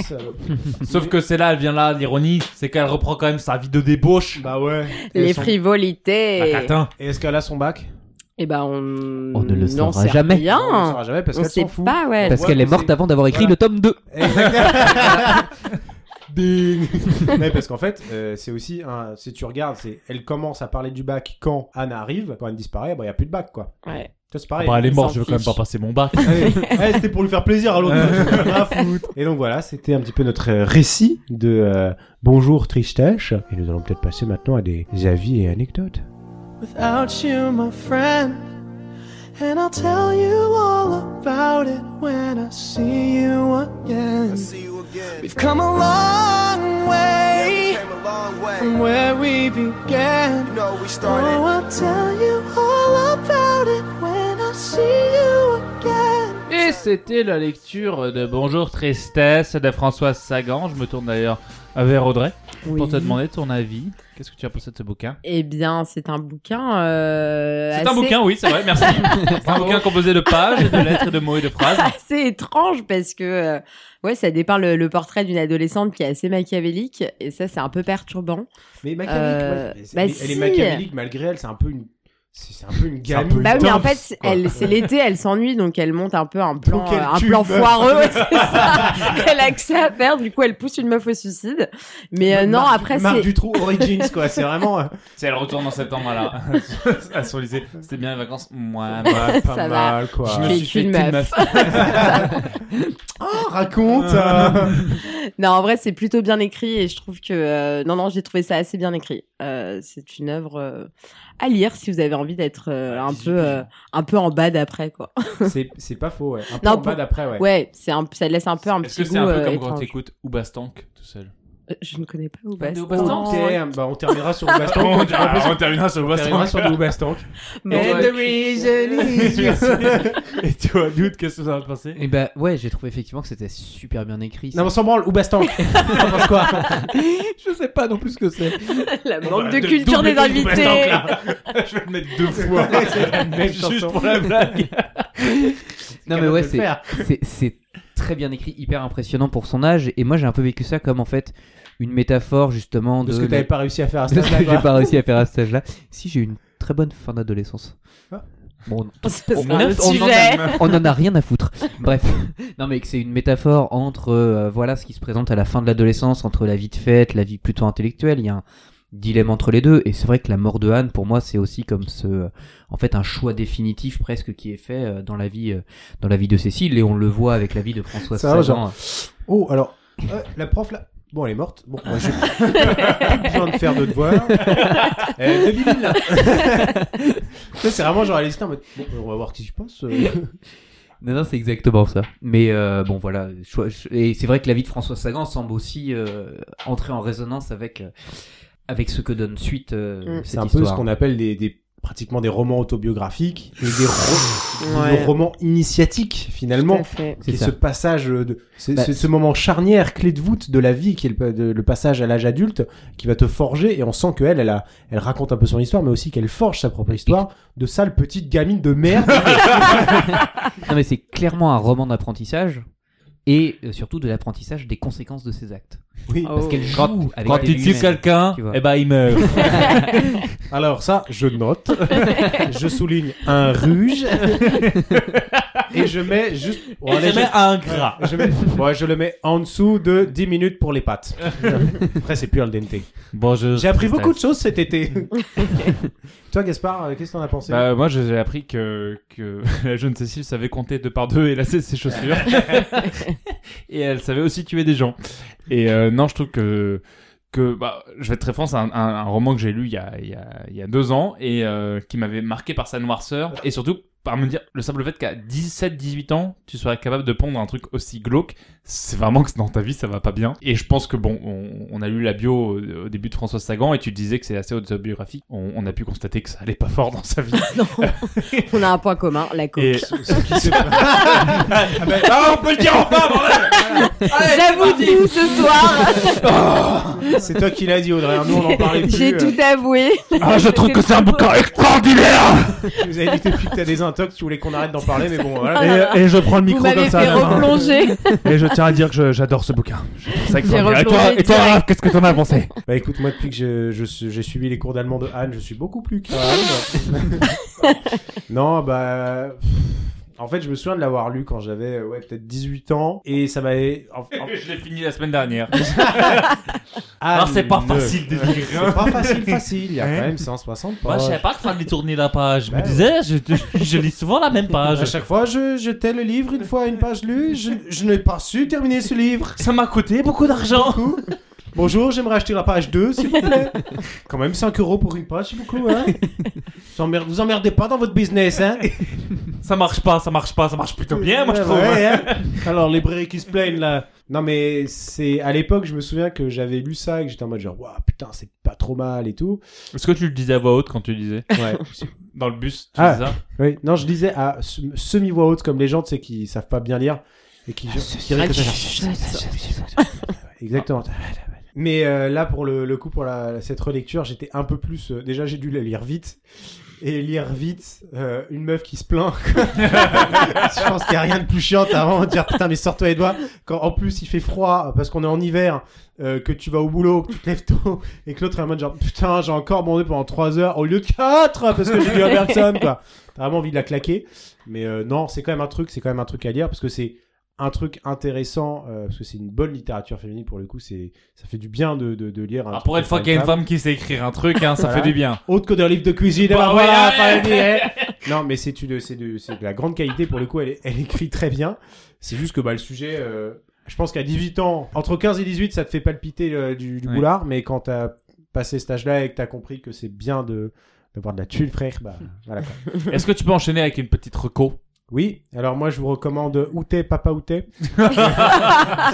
B: Salope.
A: Sauf que c'est là, elle vient là, l'ironie, c'est qu'elle reprend quand même sa vie de débauche.
B: Bah ouais. Et
C: Les
A: La
B: son-
C: frivolités.
A: catin.
B: Et est-ce qu'elle a son bac
C: Eh ben, on,
D: On ne le
C: n'en
D: saura
C: sait
D: jamais.
C: rien.
B: On le saura jamais parce
C: On
B: qu'elle
C: sait
B: s'en fout.
C: pas, ouais.
B: On
D: Parce
B: voit
D: qu'elle est
B: que
D: morte
B: c'est-
D: avant d'avoir écrit
B: Voilà.
D: le tome 2.
B: Exactement. Ding. Ouais, parce qu'en fait, euh, c'est aussi un. Si tu regardes, c'est elle commence à parler du bac quand Anne arrive, quand Anne disparaît, bah il y a plus de bac quoi.
C: Ouais.
B: Ça c'est pareil.
A: bah, elle est morte,
C: s'en
A: je veux quand même
C: fiche.
A: pas passer mon bac.
B: Allez, allez, c'était pour lui faire plaisir à l'autre. j'en ai rien à foutre. Et donc voilà, c'était un petit peu notre euh, récit de euh, Bonjour Tristèche. Et nous allons peut-être passer maintenant à des avis et anecdotes.
F: without you, my friend. And I'll tell you all about it when I see you again. We've come a long way, from where we began. Oh, I'll tell you all about it when I see you again.
E: Et c'était la lecture de Bonjour Tristesse de Françoise Sagan. Je me tourne d'ailleurs
A: Vers Audrey,
C: Oui.
A: pour te demander ton avis, qu'est-ce que tu as pensé de ce bouquin
C: Eh bien, c'est un bouquin. euh,
A: C'est un
C: assez-
A: bouquin, oui, c'est vrai, merci. c'est un bouquin composé de pages, de lettres, de mots et de phrases.
C: assez étrange parce que euh, ouais ça dépeint le, le portrait d'une adolescente qui est assez machiavélique et ça c'est un peu perturbant
B: Mais machiavélique,
C: Euh,
B: ouais.
C: bah
B: elle, elle est
C: si.
B: machiavélique malgré elle, c'est un peu une. C'est c'est un peu une
A: un
B: gamine.
A: peu une
C: bah oui mais en
A: Putain,
C: fait c'est- elle c'est l'été elle s'ennuie donc elle monte un peu un plan
B: Donc, elle
C: euh, un
B: tue
C: plan
B: une meuf.
C: foireux ouais, c'est ça elle a que ça à faire du coup elle pousse une meuf au suicide mais euh, non
B: Marc-
C: après
B: Marc
C: c'est
B: Dutroux Origins, quoi. C'est vraiment. euh,
A: Si elle retourne en septembre à, la- à son lycée, c'était bien les vacances Moi, moi.
B: bah, pas
C: va.
B: mal, quoi.
A: Je me
C: C'est
A: suis fait
C: une
A: petite
C: meuf.
B: Oh, raconte euh.
C: non en vrai c'est plutôt bien écrit et je trouve que euh, non non j'ai trouvé ça assez bien écrit Euh, c'est une œuvre euh, à lire si vous avez envie d'être euh, un peu euh, un peu en bas d'après quoi
B: C'est c'est pas faux, ouais. Un peu
C: Non,
B: en
C: pour-
B: bas d'après, ouais.
C: ouais c'est un ça laisse un peu un
A: Est-ce que
C: petit
A: c'est
C: goût
A: un peu
C: euh,
A: comme quand
C: étrange.
A: t'écoutes Oubastank tout seul
C: Euh, Je ne connais pas Oubastank.
B: Oh, damn. Bah, on terminera sur Oubastank.
A: on,
B: on terminera
A: terminera sur
B: on terminera sur
A: Oubastank.
B: du Oubastank.
C: Bon,
B: And
C: ouais.
B: the reason is you.
A: Et toi, doute, qu'est-ce que ça va te passer
D: Et bah ouais, j'ai trouvé effectivement que c'était super bien écrit.
B: Non, mais on s'en branle, Oubastank. T'en penses quoi
D: je sais pas non plus ce que c'est.
C: La
B: Bah,
C: manque de culture des invités.
A: Je vais le mettre deux fois.
B: C'est la même
A: Juste
B: chanson.
A: pour la blague.
D: Non mais
B: capable
D: ouais,
B: de le
D: c'est-
B: faire.
D: c'est c'est très bien écrit, hyper impressionnant pour son âge. Et moi j'ai un peu vécu ça comme en fait une métaphore justement de,
B: De ce que
D: la-
B: t'avais pas réussi à faire à
D: de ce que
B: ce
D: j'ai pas réussi à faire à cet âge-là. Si j'ai eu une très bonne fin d'adolescence.
B: Ah.
D: Bon,
C: C'est
D: On
C: un
D: en-
C: autre
D: on en-
C: sujet.
D: on en a rien à foutre. Bref, non mais que c'est une métaphore entre euh, voilà ce qui se présente à la fin de l'adolescence, entre la vie de fête, la vie plutôt intellectuelle. Il y a un dilemme entre les deux. Et c'est vrai que la mort de Anne, pour moi, c'est aussi comme ce, euh, en fait, un choix définitif presque qui est fait euh, dans la vie, euh, dans la vie de Cécile. Et on le voit avec la vie de François
B: Ça va,
D: Sagan.
B: genre. Oh, alors, euh, la prof là. Bon, elle est morte. Bon, moi, j'ai plus besoin de faire de devoirs. Euh, deux minutes, là. Ça, c'est vraiment genre, elle hésite en mode, Bon, on va voir qui je pense. euh.
D: Non, non, c'est exactement ça. Mais euh, bon, voilà. choix- ch- Et c'est vrai que la vie de François Sagan semble aussi euh, entrer en résonance avec euh, avec ce que donne suite euh,
C: Mm.
D: cette
B: C'est un peu
D: histoire.
B: ce qu'on appelle des, des pratiquement des romans autobiographiques et des, ro- des romans initiatiques finalement.
C: fait.
B: C'est
D: C'est ça.
B: ce passage de ce,
D: Bah,
B: ce- ce moment charnière clé de voûte de la vie qui est le, pa- de- le passage à l'âge adulte qui va te forger et on sent que elle elle, a- elle raconte un peu son histoire mais aussi qu'elle forge sa propre histoire de sale petite gamine de merde
D: Non, mais c'est clairement un roman d'apprentissage et euh, surtout de l'apprentissage des conséquences de ses actes.
B: oui
D: Parce qu'elle joue
E: Quand-
D: avec
E: Quand
D: des
E: tu tues
D: humains.
E: quelqu'un,
D: tu vois.
E: eh ben il meurt.
B: alors ça je note je souligne un ruge et je mets juste Bon, allez,
E: Je mets un gras.
B: je, mets- ouais, je le mets en dessous de 10 minutes pour les pâtes après c'est plus al dente
E: Bonjour.
B: j'ai appris beaucoup de choses cet été toi Gaspard euh, qu'est-ce que t'en as pensé
A: Bah, moi, j'ai j'ai appris que, que la jeune Cécile savait compter deux par deux et lasser ses chaussures. et elle savait aussi tuer des gens. Et euh, non, je trouve que, que bah, je vais être très franc, c'est un, un- un roman que j'ai lu il y, a, il, y a, il y a deux ans et euh, qui m'avait marqué par sa noirceur et surtout par me dire le simple fait qu'à 17-18 ans, tu serais capable de pondre un truc aussi glauque, c'est vraiment que dans ta vie ça va pas bien. Et je pense que bon, on, on a lu la bio au, au début de François Sagan et tu disais que c'est assez autobiographique. On, on a pu constater que ça allait pas fort dans sa vie.
C: Non. On a un point commun, la coke.
A: Et- Ah, on peut le dire enfin, bordel
C: J'avoue tout ce soir.
B: C'est toi qui l'as dit, Audrey. Hein, Nous, on en parlait plus. euh,
C: J'ai tout avoué.
A: Ah, je trouve que c'est un bouquin extraordinaire
B: Tu nous avais dit que depuis que t'as des intox, tu voulais qu'on arrête d'en parler, mais bon, voilà.
C: Ah, là, là.
A: et, je prends le
C: Vous m'avez fait replonger.
A: Et je tiens à dire que je- j'adore ce bouquin. Je trouve ça extraordinaire. Et toi,
C: replongé
A: et toi,
C: direct.
A: Raph, qu'est-ce que t'en as pensé
B: Bah écoute, moi, depuis que je- je suis- j'ai suivi les cours d'allemand de Anne, je suis beaucoup plus calme. non, bah. pff, En fait, je me souviens de l'avoir lu quand j'avais euh, ouais, peut-être 18 ans. Et ça m'avait. en- en-
A: Je l'ai fini la semaine dernière.
E: Alors, c'est pas
B: Anne,
E: facile de dire, hein.
B: C'est pas facile, facile. Il y a quand même 160
E: Moi, je
B: pages.
E: savais pas que ça allait tourner la page. Je me
B: Ouais.
E: disais, je, je- je lis souvent la même
B: À
E: page.
B: chaque fois, je jetais le livre une fois une page lue. Je, je n'ai pas su terminer ce livre.
E: Ça m'a coûté beaucoup d'argent.
B: Coucou. Bonjour, j'aimerais acheter la page 2, s'il vous plaît. Quand même 5 euros pour une page, c'est beaucoup, hein. Vous emmerdez, vous emmerdez pas dans votre business, hein.
E: Ça marche pas, ça marche pas, ça marche plutôt bien, moi, je
B: Ouais,
E: trouve.
B: ouais, hein. Alors, les brés qui se plaignent, là. Non, mais c'est, à l'époque, je me souviens que j'avais lu ça et que j'étais en mode genre, waouh, putain, c'est pas trop mal et tout.
A: Est-ce que tu le disais à voix haute quand tu le disais
B: Ouais.
A: Dans le bus, tu
B: Ah.
A: disais ça
B: oui. Non, je lisais à sem- semi-voix haute comme les gens, tu sais, qui savent pas bien lire et qui, qui
C: Ah,
B: rient comme ça, genre, Exactement. Mais euh, là, pour le, le coup, pour la- cette relecture, j'étais un peu plus. euh, déjà, j'ai dû la lire vite. Et lire vite, euh, une meuf qui se plaint. je pense qu'il n'y a rien de plus chiant à vraiment dire putain, mais sors-toi les doigts. Quand en plus il fait froid parce qu'on est en hiver, euh, que tu vas au boulot, que tu te lèves tôt, et que l'autre est en mode genre putain, j'ai encore bandé pendant 3 heures au lieu de 4 parce que j'ai vu à personne, quoi. T'as vraiment envie de la claquer. Mais euh, non, c'est quand même un truc, c'est quand même un truc à lire parce que c'est un truc intéressant euh, parce que c'est une bonne littérature féminine pour le coup c'est ça fait du bien de, de, de lire un
A: Ah,
B: truc
A: Pour une fois qu'il y a une femme qui sait écrire un truc, hein, ça
B: Voilà.
A: fait du bien.
B: autre que d'un livre de cuisine.
A: Bah
B: eh ben voilà,
A: ouais.
B: pas aimé, eh. Non, mais c'est une- c'est de, c'est de la grande qualité pour le coup. Elle, est- elle écrit très bien. C'est juste que bah, le sujet, euh, je pense qu'à 18 ans, entre 15 et 18, ça te fait palpiter euh, du, du
A: Ouais.
B: boulard. Mais quand t'as passé cet âge-là et que t'as compris que c'est bien de d'avoir de la thune, frère, bah voilà. quoi.
A: Est-ce que tu peux enchaîner avec une petite reco
B: Oui. Alors moi, je vous recommande Outé, Papa Outé, parce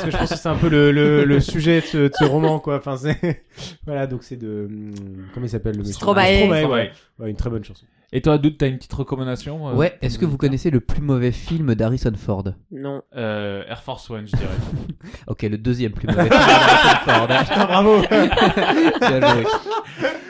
B: que je pense que c'est un peu le, le, le sujet de ce, de ce roman, quoi. Enfin, c'est voilà. Donc c'est de hum, comment il s'appelle le monsieur
C: Stromae.
D: Eh
B: ouais. Ouais, une très bonne chanson.
A: Et toi, Doud, t'as une petite recommandation euh,
D: Ouais, est-ce que vous connaissez le plus mauvais film d'Harrison Ford
C: Non.
A: Euh, Air Force One, je dirais.
D: Ok, le deuxième plus mauvais film d'Harrison
B: Ah, bravo.
D: Ford. Bien joué.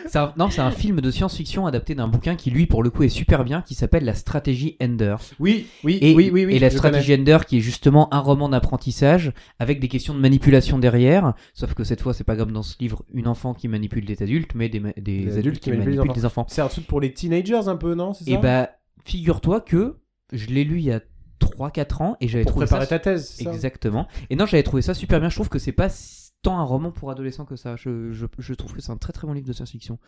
D: C'est un- non, c'est un film de science-fiction adapté d'un bouquin qui, lui, pour le coup, est super bien, qui s'appelle La stratégie Ender.
B: Oui, oui,
D: Et,
B: oui, oui, oui,
D: et la
B: je
D: stratégie Ender, qui est justement un roman d'apprentissage avec des questions de manipulation derrière. Sauf que cette fois, c'est pas comme dans ce livre une enfant qui manipule des adultes, mais des, ma- des adultes, qui manipulent, des enfants.
B: connais. C'est un truc pour les teenagers un peu, non C'est ça
D: Et bah, figure-toi que je l'ai lu il y a 3-4 ans et j'avais
B: pour
D: trouvé ça.
B: préparer ta thèse. c'est ça
D: Exactement. Et non, j'avais trouvé ça super bien. Je trouve que c'est pas si- tant un roman pour adolescents que ça. Je, je- je trouve que c'est un très très bon livre de science-fiction.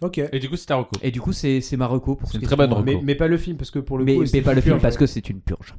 B: Ok.
A: Et du coup, c'est ta reco.
D: Et du coup, c'est c'est ma reco pour
A: C'est
D: ce
A: une
D: qui
A: très
D: est-
A: bonne reco.
B: Mais, mais pas le film parce que pour le
D: Mais,
B: coup,
D: mais
B: c'est
D: pas le
B: une
D: film
B: purge. hein.
D: parce que c'est une purge.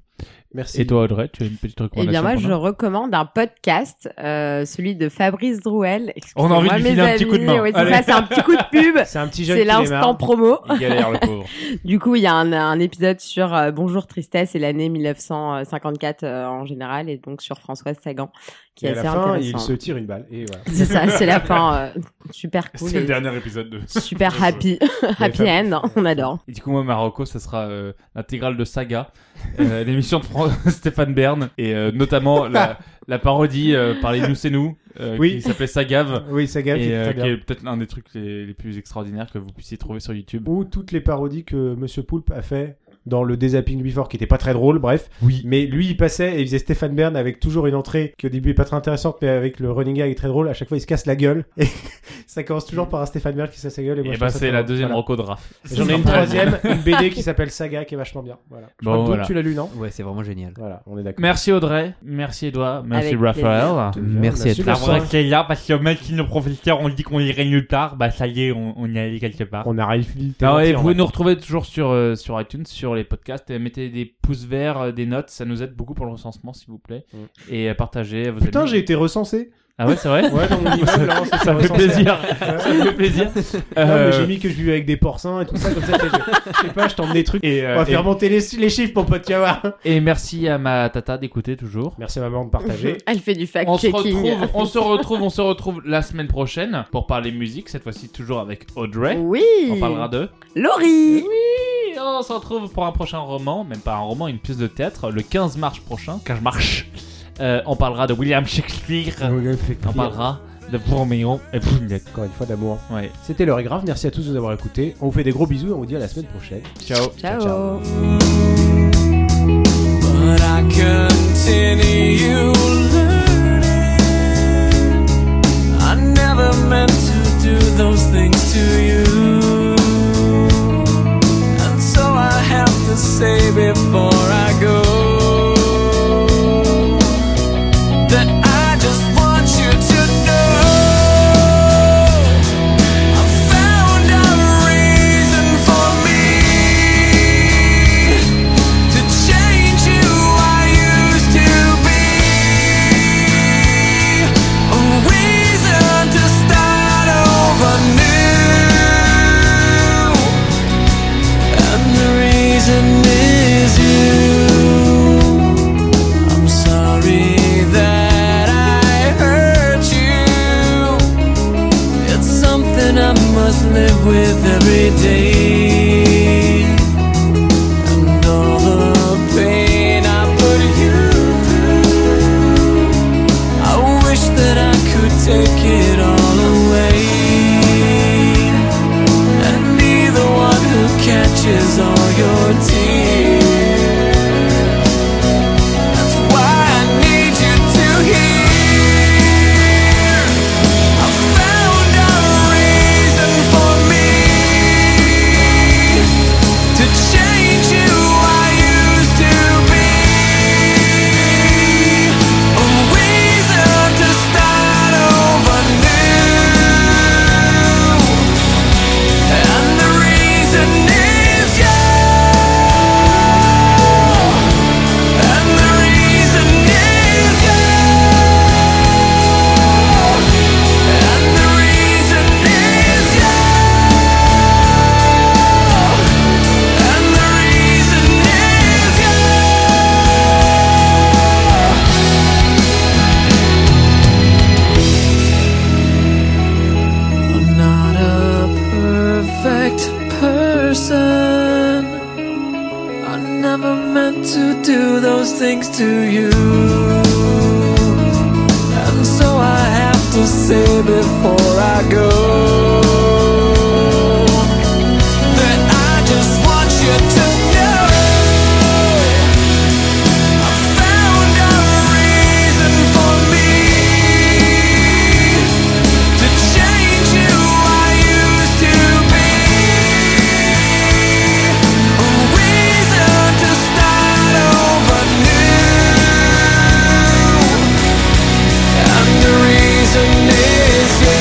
B: Merci.
A: Et toi, Audrey, tu as une petite
C: Eh
A: recommandation
C: bien, moi,
A: pour
C: je
A: nous
C: recommande un podcast, euh, celui de Fabrice Drouel.
A: On a envie de lui
C: Excusez-moi,
A: filer
C: mes
A: un petit coup de
C: amis.
A: main.
C: Ouais, c'est
A: Allez.
C: ça, c'est un petit coup de pub.
B: C'est un petit jeune
C: C'est
B: qui démarre.
C: l'instant promo.
A: Il galère, le pauvre.
C: Du coup, il y a un, un épisode sur euh, Bonjour Tristesse et l'année 1954 euh, en général, et donc sur Françoise Sagan, qui
B: Et
C: est
B: à
C: assez
B: la fin, il
C: intéressant.
B: se tire une balle. Et voilà.
C: C'est ça, c'est la fin euh, super cool,
A: C'est le
C: et
A: dernier épisode de.
C: super happy, happy
B: fameux-
C: end, hein, on adore.
A: Et du coup, moi, Marocco, ça sera euh, l'intégrale de Saga, euh, l'émission de Fran- Stéphane Bern, et euh, notamment la, la parodie euh, par les Nous C'est Nous, euh,
B: Oui.
A: qui s'appelait Sagave,
B: Oui, Saga,
A: et
B: c'est
A: euh,
B: très
A: qui
B: bien.
A: est peut-être l'un des trucs les, les plus extraordinaires que vous puissiez trouver sur YouTube.
B: Ou toutes les parodies que Monsieur Poulpe a fait dans le désapping du Before, qui était pas très drôle, bref.
A: Oui.
B: Mais lui, il passait et il faisait Stéphane Bern avec toujours une entrée qui au début est pas très intéressante, mais avec le running gag est très drôle. À chaque fois, il se casse la gueule. Et ça commence toujours par un Stéphane Bern qui se casse la gueule. Et, moi,
A: Et
B: je
A: bah,
B: trouve ça
A: c'est
B: très
A: la
B: drôle.
A: deuxième
B: Voilà.
A: reco de Raph.
B: J'en ai une troisième, une BD qui s'appelle Saga, qui est vachement bien. Voilà. Je
A: Bon,
B: crois que Doom,
A: voilà.
B: tu l'as lu, non
D: Ouais, c'est vraiment génial.
B: Voilà, on est d'accord.
A: Merci Audrey, merci Edouard, merci
C: Avec
A: Raphaël.
D: Merci à
B: Merci,
D: tous.
E: La
B: Vincent.
E: vraie c'est là parce que même si nos professeurs ont dit qu'on irait nulle part, bah ça y est, on, on y est allé quelque part.
B: On arrive
A: Ah ouais, vous pouvez nous retrouver toujours sur, euh, sur iTunes, sur les podcasts. Et mettez des pouces verts, euh, des notes, ça nous aide beaucoup pour le recensement, s'il vous plaît.
B: Mm.
A: Et euh, partagez. à vos
B: Putain,
A: amis.
B: j'ai été recensé.
A: Ah ouais, c'est vrai
B: Ouais, dans mon immeuble, là, on s'est
A: Ça fait
B: recensé.
A: plaisir.
B: Ouais.
A: Ça fait plaisir.
B: Non,
A: Euh,
B: mais j'ai mis que je vivais avec des porcins et tout ça, comme ça, je je sais pas, je t'emmène des trucs.
A: et, euh,
B: On va faire monter les, les chiffres, mon pote, tu vas voir.
A: et, et merci à ma tata d'écouter toujours.
B: Merci à maman de partager.
C: Elle fait du
A: On se,
C: fact-checking.
A: retrouve, on se retrouve, on se retrouve la semaine prochaine pour parler musique, cette fois-ci toujours avec Audrey.
C: Oui,
A: On parlera de.
C: Laurie
A: Et on se retrouve pour un prochain roman, même pas un roman, une pièce de théâtre, le 15 mars prochain. 15 mars. Euh, on parlera de William Shakespeare. On parlera de Roméo et Juliette.
B: Encore une fois d'amour.
A: Ouais.
B: C'était l'heure est grave, merci à tous de nous avoir écoutés. On vous fait des gros bisous et on vous dit à la semaine prochaine.
A: Ciao.
C: ciao.
F: But I continue learning. I never meant to do those things to you. And so I have to say before I go that I just want you to know. I found a reason for me to change who I used to be. A reason to start over new, and the reason is you. I'm sorry that I hurt you. It's something I must live with every day. And all the pain I put you through, I wish that I could take it all away. And be the one who catches all your tears. That's why I need you to hear. I found a reason for me to change who I used to be. A reason to start over new, and the reason is you. And the reason is you. And the reason is you. And the reason is you. I'm not a perfect person. I never meant to do those things to you. And so I have to say before I go. that I just want you to know I found a reason for me to change who I used to be. A reason to start over new, and the reason is you.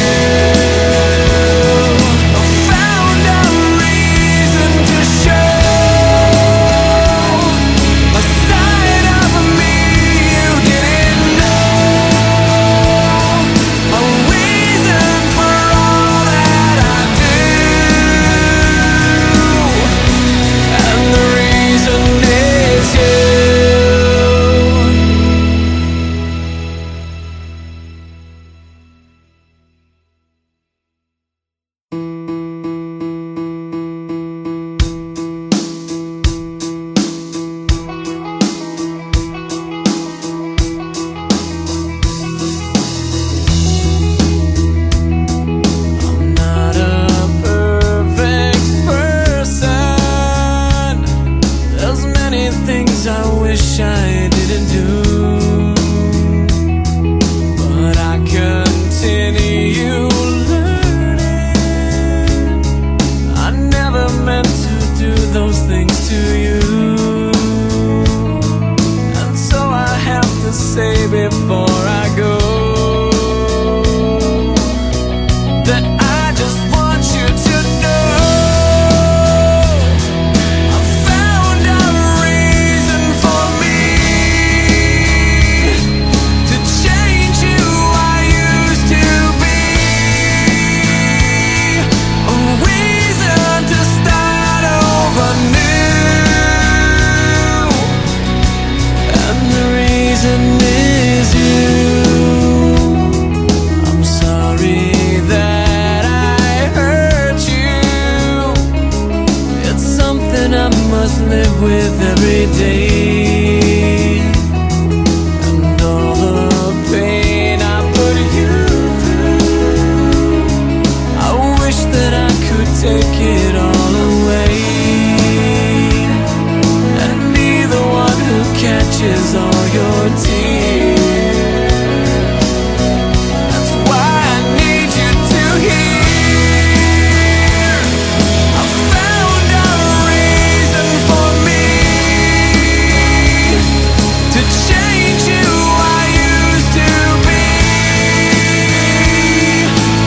F: with every day. And all the pain I put you through. I wish that I could take it all away. And be the one who catches all your tears. That's why I need you to hear. I found a reason for me to change who I used to be.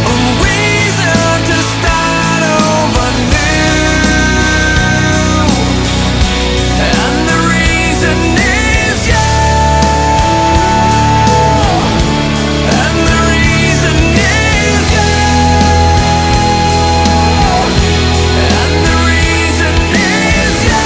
F: A reason to start over new. And the reason is you. And the reason is you. And the reason is you. And the reason is you.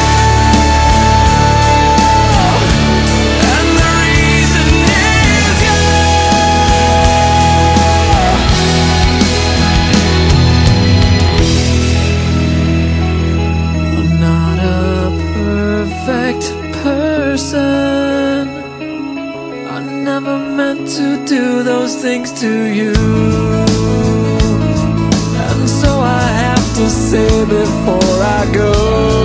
F: I'm not a perfect person. I never meant to do those things to you. And so I have to say before I go.